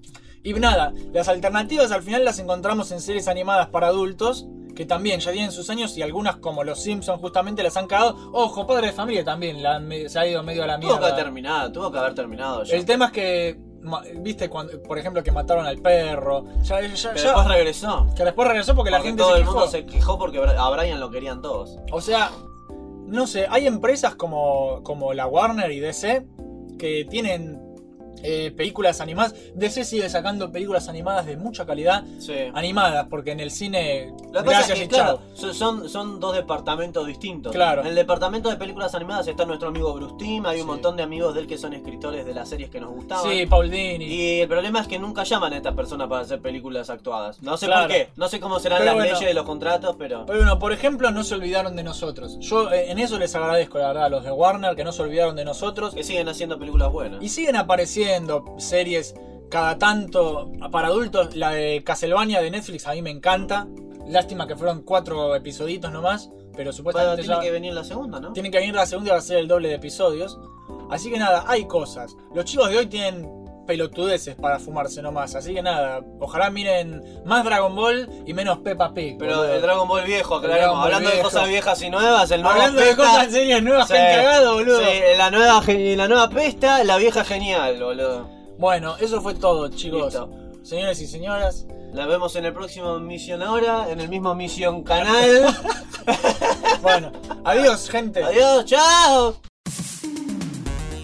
Y nada, las alternativas al final las encontramos en series animadas para adultos, que también ya tienen sus años y algunas como Los Simpsons justamente las han cagado. Ojo, Padre de Familia también la han me- se ha ido medio a la
Tuvo que haber
mierda.
terminado, tuvo que haber terminado. ya.
El tema es que, ma- viste, cuando, por ejemplo, que mataron al perro. Ya, ya- ya-
Pero después regresó.
que después regresó porque, la
Porque
gente
todo
se
el
quejó.
mundo se quejó porque a Brian lo querían todos.
O sea, no sé, hay empresas como, como la Warner y DC que tienen eh, películas animadas. DC sigue sacando películas animadas de mucha calidad,
Sí.
animadas, porque en el cine.
Lo que
gracias
pasa es
y
que,
chao.
claro, son- son, son dos departamentos distintos.
Claro.
En el departamento de películas animadas está nuestro amigo Bruce Timm, hay un
Sí.
montón de amigos de él que son escritores de las series que nos gustaban.
Sí, Paul Dini.
Y el problema es que nunca llaman a estas personas para hacer películas actuadas. No sé
Claro.
por qué, no sé cómo serán
Pero
las
bueno.
leyes de los contratos, pero...
Pero bueno, por ejemplo, no se olvidaron de nosotros. Yo eh, en eso les agradezco, la verdad, a los de Warner que no se olvidaron de nosotros.
Que siguen haciendo películas buenas.
Y siguen apareciendo series cada tanto para adultos. La de Castlevania de Netflix a mí me encanta. Lástima que fueron cuatro episoditos nomás, pero
Bueno,
supuestamente
tiene
ya-
que venir la segunda, ¿no?
tiene que venir la segunda y va a ser el doble de episodios. Así que nada, hay cosas. Los chicos de hoy tienen pelotudeces para fumarse nomás. Así que nada, ojalá miren más Dragon Ball y menos Peppa Pig.
Pero
boludo.
el Dragon Ball viejo,
Dragon
aclaramos.
Ball
Hablando
viejo.
de cosas viejas y nuevas, el nuevo
Hablando de
Peta-
cosas serias nuevas,
Sí.
se han cagado, boludo.
Sí, la nueva, gen- la nueva pesta, la vieja genial, boludo.
Bueno, eso fue todo, chicos.
Listo.
Señores y señoras.
La vemos en el próximo Misión Ahora, en el mismo Misión Canal.
Bueno, adiós, gente.
Adiós, chao.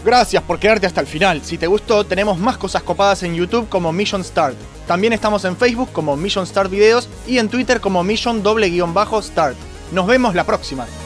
Gracias por quedarte hasta el final. Si te gustó, tenemos más cosas copadas en YouTube como Mission Start. También estamos en Facebook como Mission Start Videos y en Twitter como Mission doble guión bajo Start. Nos vemos la próxima.